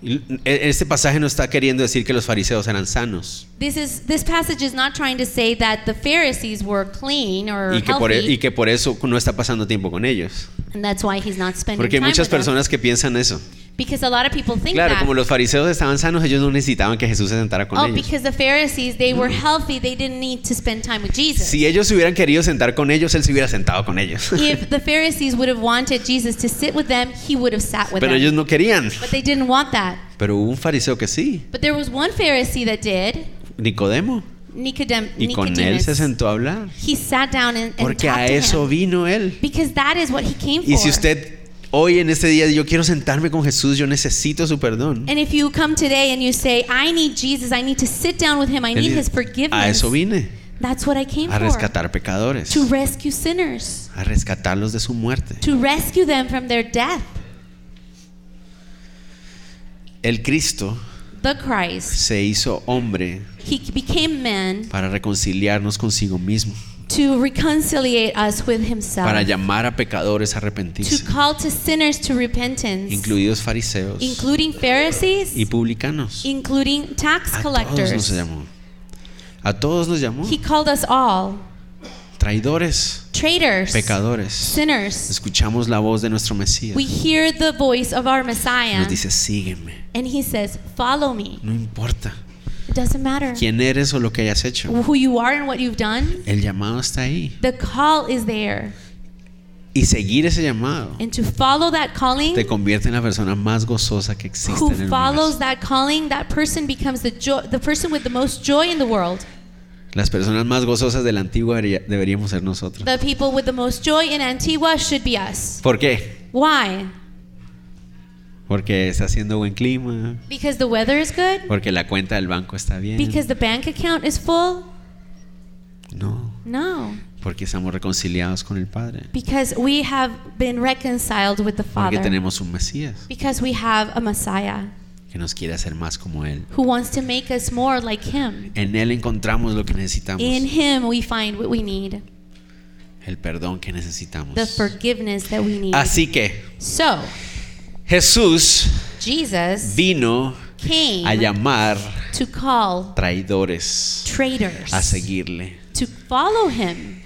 S1: Y e- Este pasaje no está queriendo decir que los fariseos eran sanos
S2: This is this passage is not trying to say that the Pharisees were clean or
S1: y que, por, e-
S2: healthy.
S1: y que por eso no está pasando tiempo con ellos.
S2: And that's why he's not spending
S1: Porque hay
S2: time
S1: muchas
S2: with them.
S1: personas que piensan eso.
S2: Because a lot of people think
S1: Claro,
S2: that.
S1: como los fariseos estaban sanos, ellos no necesitaban que Jesús se sentara con
S2: oh,
S1: ellos. Mm.
S2: because the Pharisees, they were healthy. They didn't need to spend time with Jesus.
S1: Si ellos se hubieran querido sentar con ellos, él se hubiera sentado con ellos.
S2: if the Pharisees would have wanted Jesus to sit with them, he would have sat with
S1: Pero
S2: them.
S1: ellos no querían.
S2: But they didn't want that.
S1: Pero hubo un fariseo que sí,
S2: But there was one Pharisee that did,
S1: Nicodemo.
S2: Nicodem-
S1: Y con él se
S2: Nicodemus.
S1: sentó a hablar.
S2: He sat down and, and
S1: Porque
S2: talked
S1: a
S2: to
S1: eso
S2: him.
S1: vino él.
S2: Because that is what he came
S1: Y
S2: for.
S1: si usted hoy en este día yo quiero sentarme con Jesús, yo necesito su perdón.
S2: and if you come today and you say, I need Jesus, I need to sit down with him, I
S1: Él
S2: need
S1: dice,
S2: his forgiveness.
S1: a eso vine,
S2: That's what I came
S1: a
S2: for.
S1: rescatar pecadores,
S2: To rescue sinners.
S1: a rescatarlos de su muerte.
S2: to rescue them from their death.
S1: El Cristo
S2: The Christ,
S1: se hizo hombre
S2: he became man
S1: para reconciliarnos consigo mismo.
S2: to reconciliate us with
S1: para
S2: himself,
S1: llamar a pecadores a
S2: to
S1: arrepentirse,
S2: call to sinners to repentance,
S1: incluidos fariseos
S2: including Pharisees,
S1: y publicanos.
S2: including tax
S1: A todos nos
S2: collectors.
S1: llamó. A todos nos llamó.
S2: He called us all
S1: Traidores,
S2: traitors,
S1: pecadores.
S2: sinners.
S1: Escuchamos la voz de nuestro Mesías.
S2: We hear the voice of
S1: Nos
S2: our Messiah,
S1: dice, sígueme.
S2: and he says, Follow me.
S1: No importa
S2: It doesn't matter
S1: quién eres o lo que hayas hecho.
S2: who you are and what you've done,
S1: El llamado está ahí.
S2: the call is there.
S1: Y seguir ese llamado
S2: And to follow that
S1: te
S2: calling,
S1: convierte en la persona más gozosa que existe en el
S2: who follows
S1: universo.
S2: that calling, that person becomes the, joy, the person with the most joy in the world.
S1: Las personas más gozosas del antiguo debería- deberíamos ser nosotros.
S2: The people with the most joy in Antigua should be us.
S1: ¿Por qué?
S2: Why?
S1: Porque está haciendo buen clima,
S2: Because the weather is good?
S1: porque la cuenta del banco está bien.
S2: Because the bank account is full?
S1: No,
S2: No.
S1: porque estamos reconciliados con el Padre.
S2: Because we have been reconciled with the
S1: Porque
S2: Father.
S1: tenemos un Mesías
S2: Because we have a Messiah
S1: que nos quiere hacer más como Él.
S2: who wants to make us more like Him.
S1: En Él encontramos lo que necesitamos,
S2: In Him, we find what we need
S1: el perdón que necesitamos.
S2: the forgiveness that we need.
S1: Así que
S2: So,
S1: Jesús
S2: Jesus
S1: vino a
S2: came
S1: llamar
S2: to call
S1: traidores a
S2: traitors
S1: seguirle.
S2: to follow Him.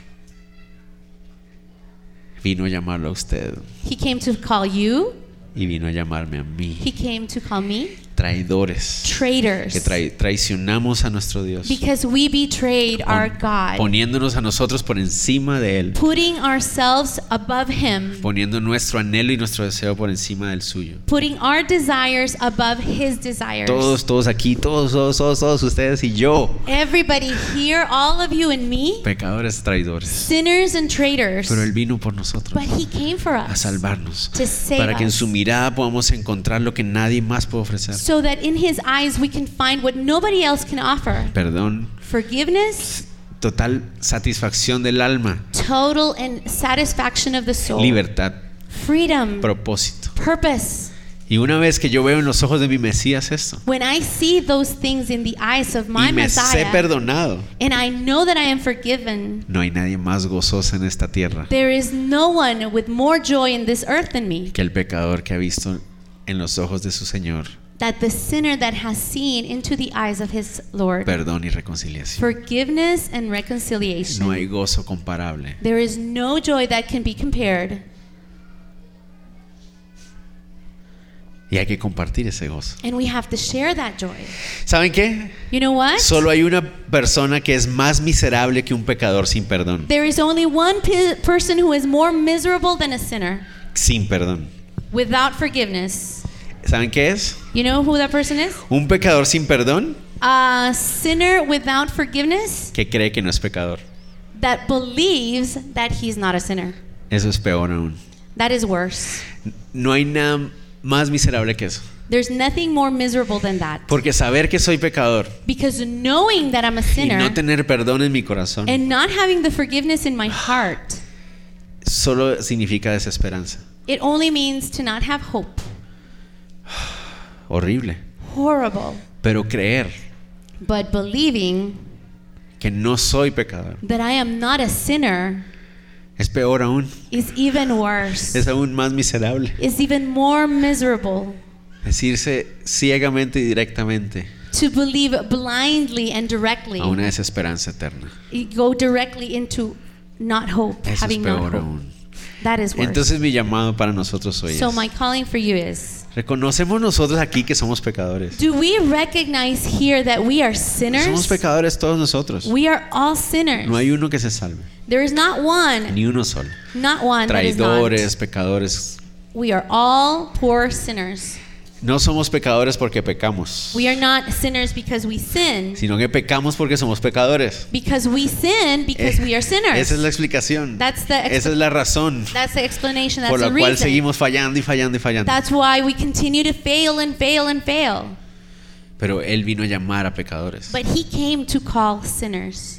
S1: Vino a llamarlo a usted
S2: He came to call you,
S1: y vino a llamarme a mí.
S2: He came to call me
S1: Traidores que
S2: traitors.
S1: trai- traicionamos a nuestro Dios,
S2: Because we betrayed our
S1: pon-
S2: God,
S1: poniéndonos a nosotros por encima de Él,
S2: putting ourselves above Him,
S1: poniendo nuestro anhelo y nuestro deseo por encima del suyo.
S2: putting our desires above His desires.
S1: Todos, todos aquí, todos, todos, todos, todos ustedes y yo,
S2: Everybody here, all of you and me,
S1: pecadores traidores.
S2: sinners and traitors.
S1: Pero Él vino por nosotros.
S2: But He came for
S1: a
S2: us
S1: salvarnos,
S2: to save
S1: para que en
S2: us.
S1: su mirada podamos encontrar lo que nadie más puede ofrecer.
S2: so that in His eyes we can find what nobody else can offer
S1: Perdón,
S2: forgiveness,
S1: total satisfacción del alma,
S2: total and satisfaction of the soul,
S1: libertad,
S2: freedom,
S1: propósito.
S2: purpose.
S1: Y una vez que yo veo en los ojos de mi Mesías esto,
S2: When I see those things in the eyes of my
S1: y me sé
S2: Messiah,
S1: perdonado,
S2: and I know that I am forgiven,
S1: no hay nadie más gozoso en esta tierra
S2: there is no one with more joy in this earth than me.
S1: que el pecador que ha visto en los ojos de su Señor
S2: That the sinner that has seen into the eyes of his Lord.
S1: perdón y reconciliación.
S2: Forgiveness and reconciliation.
S1: No hay gozo comparable.
S2: There is no joy that can be compared,
S1: Y hay que compartir ese gozo.
S2: and we have to share that joy.
S1: ¿Saben qué?
S2: You know what?
S1: Solo hay una persona que es más miserable que un pecador sin perdón.
S2: there is only one pe- person who is more miserable than a sinner
S1: sin perdón.
S2: without forgiveness.
S1: ¿Saben qué es?
S2: You know who that person is?
S1: Un pecador sin perdón
S2: A sinner without forgiveness
S1: que cree que no es pecador.
S2: that believes that he's not a sinner.
S1: Eso es peor aún.
S2: That is worse.
S1: No hay nada más miserable que eso.
S2: There's nothing more miserable than that.
S1: Porque saber que soy pecador
S2: Because knowing that I'm a
S1: y
S2: sinner
S1: no tener perdón en mi corazón
S2: and not having the forgiveness in my heart,
S1: solo significa desesperanza.
S2: it only means to not have hope.
S1: Horrible.
S2: Horrible.
S1: Pero creer
S2: But believing
S1: que no soy pecador
S2: that I am not a sinner
S1: es peor aún.
S2: is even worse.
S1: Es aún más miserable.
S2: Is even more miserable.
S1: Decirse ciegamente y directamente
S2: To believe blindly and directly.
S1: a una desesperanza eterna.
S2: You go directly into not hope,
S1: Eso es
S2: having not
S1: peor
S2: hope.
S1: aún.
S2: That is worse.
S1: Entonces mi llamado para nosotros hoy
S2: so
S1: es
S2: my calling for you is
S1: Reconocemos nosotros aquí que somos pecadores.
S2: do we recognize here that we are
S1: Somos
S2: sinners?
S1: pecadores todos nosotros.
S2: We are all sinners.
S1: No hay uno que se salve,
S2: There is not one,
S1: ni uno solo.
S2: not one that is not.
S1: Traidores, pecadores.
S2: We are all poor sinners.
S1: No somos pecadores porque pecamos,
S2: We are not sinners because we sin,
S1: sino que pecamos porque somos pecadores.
S2: because we sin because we are sinners.
S1: Eh, Esa es la explicación.
S2: That's the expl-
S1: Esa es la razón
S2: That's the explanation. That's
S1: por la
S2: the
S1: cual
S2: reason.
S1: seguimos fallando y fallando y fallando.
S2: That's why we continue to fail and fail and fail.
S1: Pero Él vino a llamar a pecadores,
S2: But he came to call sinners,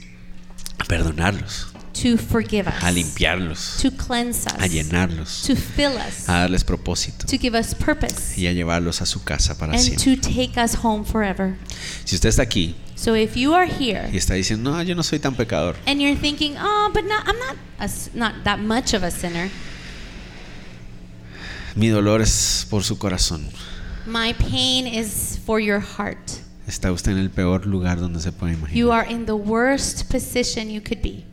S1: a perdonarlos,
S2: to forgive us,
S1: a limpiarlos,
S2: to cleanse us,
S1: a llenarlos,
S2: to fill us,
S1: a darles propósito
S2: to give us purpose,
S1: y a llevarlos a su casa para
S2: and
S1: siempre.
S2: to take us home forever.
S1: Si usted está aquí
S2: So if you are here
S1: Y está diciendo, no, yo no soy tan pecador.
S2: and you're thinking, oh, but not, I'm not a s not that much of a sinner.
S1: Mi dolor es por su corazón.
S2: My pain is for your heart.
S1: Está usted en el peor lugar donde se puede
S2: You
S1: imaginar.
S2: are in the worst position you could be.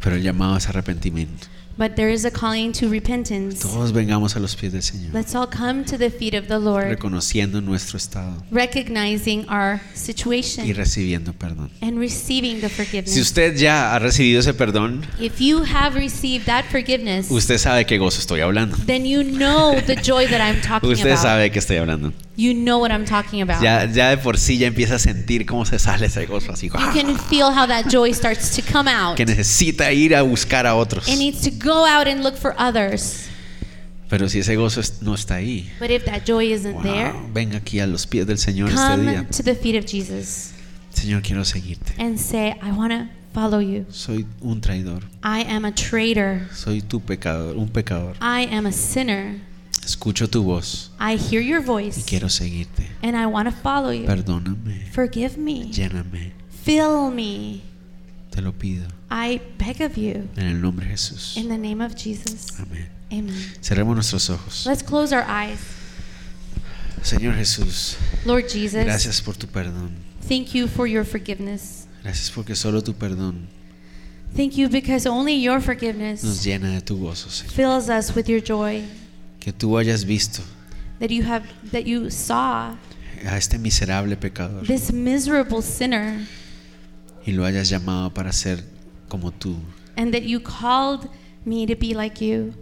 S1: Pero el llamado es arrepentimiento.
S2: But there is a calling to repentance.
S1: Todos vengamos a los pies del Señor,
S2: Let's all come to the feet of the Lord,
S1: reconociendo nuestro estado
S2: recognizing our
S1: y
S2: situation
S1: recibiendo perdón.
S2: and receiving the
S1: Si
S2: forgiveness.
S1: usted ya ha recibido ese perdón,
S2: If you have received that forgiveness,
S1: usted sabe qué gozo estoy hablando.
S2: then you know Oh, the joy that I'm talking
S1: Usted
S2: about.
S1: sabe de qué estoy hablando.
S2: You know what I'm talking about.
S1: Ya, ya de por sí ya empieza a sentir cómo se sale ese gozo así. ¡ah!
S2: You can feel how that joy starts to come out.
S1: Que necesita ir a buscar a otros.
S2: It needs to go out and look for others.
S1: Pero si ese gozo es- no está ahí,
S2: But if that joy isn't
S1: wow,
S2: there,
S1: ven aquí a los pies del Señor este
S2: come
S1: día.
S2: to the feet of Jesus
S1: Señor, quiero seguirte.
S2: and say, I want to follow you.
S1: Soy un traidor.
S2: I am a traitor.
S1: Soy tu pecador, un pecador.
S2: I am a sinner.
S1: Escucho tu voz
S2: I hear your
S1: y
S2: voice
S1: quiero seguirte.
S2: and I want to follow you.
S1: Perdóname,
S2: Forgive me.
S1: lléname,
S2: Fill me.
S1: te lo pido.
S2: I beg of you.
S1: En el nombre de Jesús.
S2: In the name of Jesus.
S1: Amén.
S2: Amen.
S1: Cerremos nuestros ojos.
S2: Let's close our eyes.
S1: Señor Jesús,
S2: Lord Jesus,
S1: gracias por tu perdón.
S2: thank you for your forgiveness.
S1: Gracias porque solo tu perdón
S2: Thank you because only your
S1: nos
S2: forgiveness
S1: llena de tu gozo, Señor.
S2: fills us with your joy
S1: Que tú hayas visto
S2: that you have that you saw
S1: a este miserable pecador
S2: this miserable sinner
S1: y lo hayas llamado para ser como tú.
S2: and that you called me to be like you.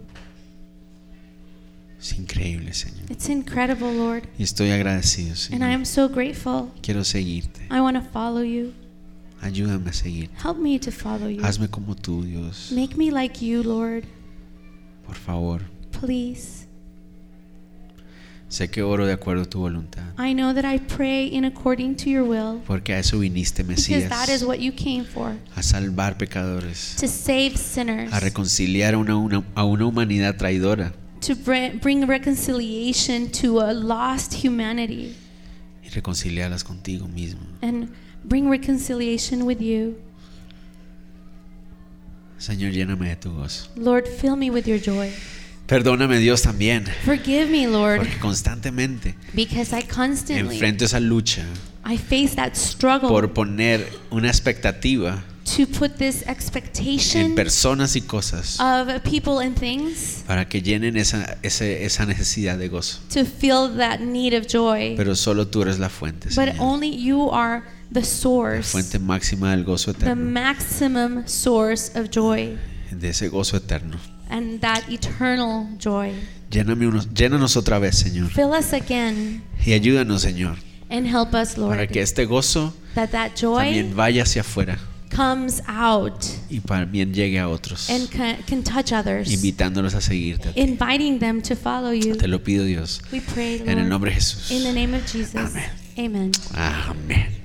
S1: Es increíble, Señor.
S2: It's incredible, Lord,
S1: Y estoy agradecido,
S2: and
S1: Señor.
S2: I am so grateful.
S1: Quiero seguirte.
S2: I want to follow you.
S1: Ayúdame a seguir.
S2: Help me to follow you.
S1: Hazme como tú, Dios.
S2: Make me like you, Lord.
S1: Por favor.
S2: Please.
S1: Sé que oro de acuerdo a tu voluntad.
S2: I know that I pray in according to your will
S1: Porque a eso viniste,
S2: because
S1: Mesías.
S2: that is what you came for
S1: A salvar pecadores.
S2: to save sinners,
S1: A reconciliar a una, una- a una humanidad traidora.
S2: to br- bring reconciliation to a lost humanity,
S1: Y reconciliarlas contigo mismo.
S2: and bring reconciliation with you.
S1: Señor, lléname de tu gozo.
S2: Lord, fill me with your joy.
S1: Perdóname, Dios, también.
S2: Forgive me, Lord,
S1: Porque constantemente
S2: because I constantly
S1: enfrento esa lucha
S2: I face that struggle
S1: por poner una expectativa
S2: to put this
S1: en
S2: expectation
S1: personas y cosas
S2: of people and things
S1: para que llenen esa, ese- esa necesidad de gozo.
S2: to feel that need of joy.
S1: Pero solo tú eres la fuente,
S2: But
S1: Señor.
S2: only you are the
S1: La
S2: source,
S1: fuente máxima del gozo
S2: the
S1: eterno,
S2: maximum source of joy
S1: de ese gozo eterno.
S2: and that eternal joy.
S1: Lléname unos, llénanos otra vez, Señor.
S2: Fill us again
S1: Y ayúdanos, Señor,
S2: and help us,
S1: para
S2: Lord,
S1: que este gozo
S2: that that
S1: también
S2: joy
S1: vaya hacia afuera
S2: comes out
S1: y también llegue a otros,
S2: and can, can touch others,
S1: invitándolos a seguirte. a ti.
S2: inviting them to follow you.
S1: Te lo pido, Dios,
S2: We pray,
S1: en el
S2: Lord,
S1: nombre de Jesús.
S2: in the name of Jesus.
S1: Amen.
S2: Amen.
S1: Amén.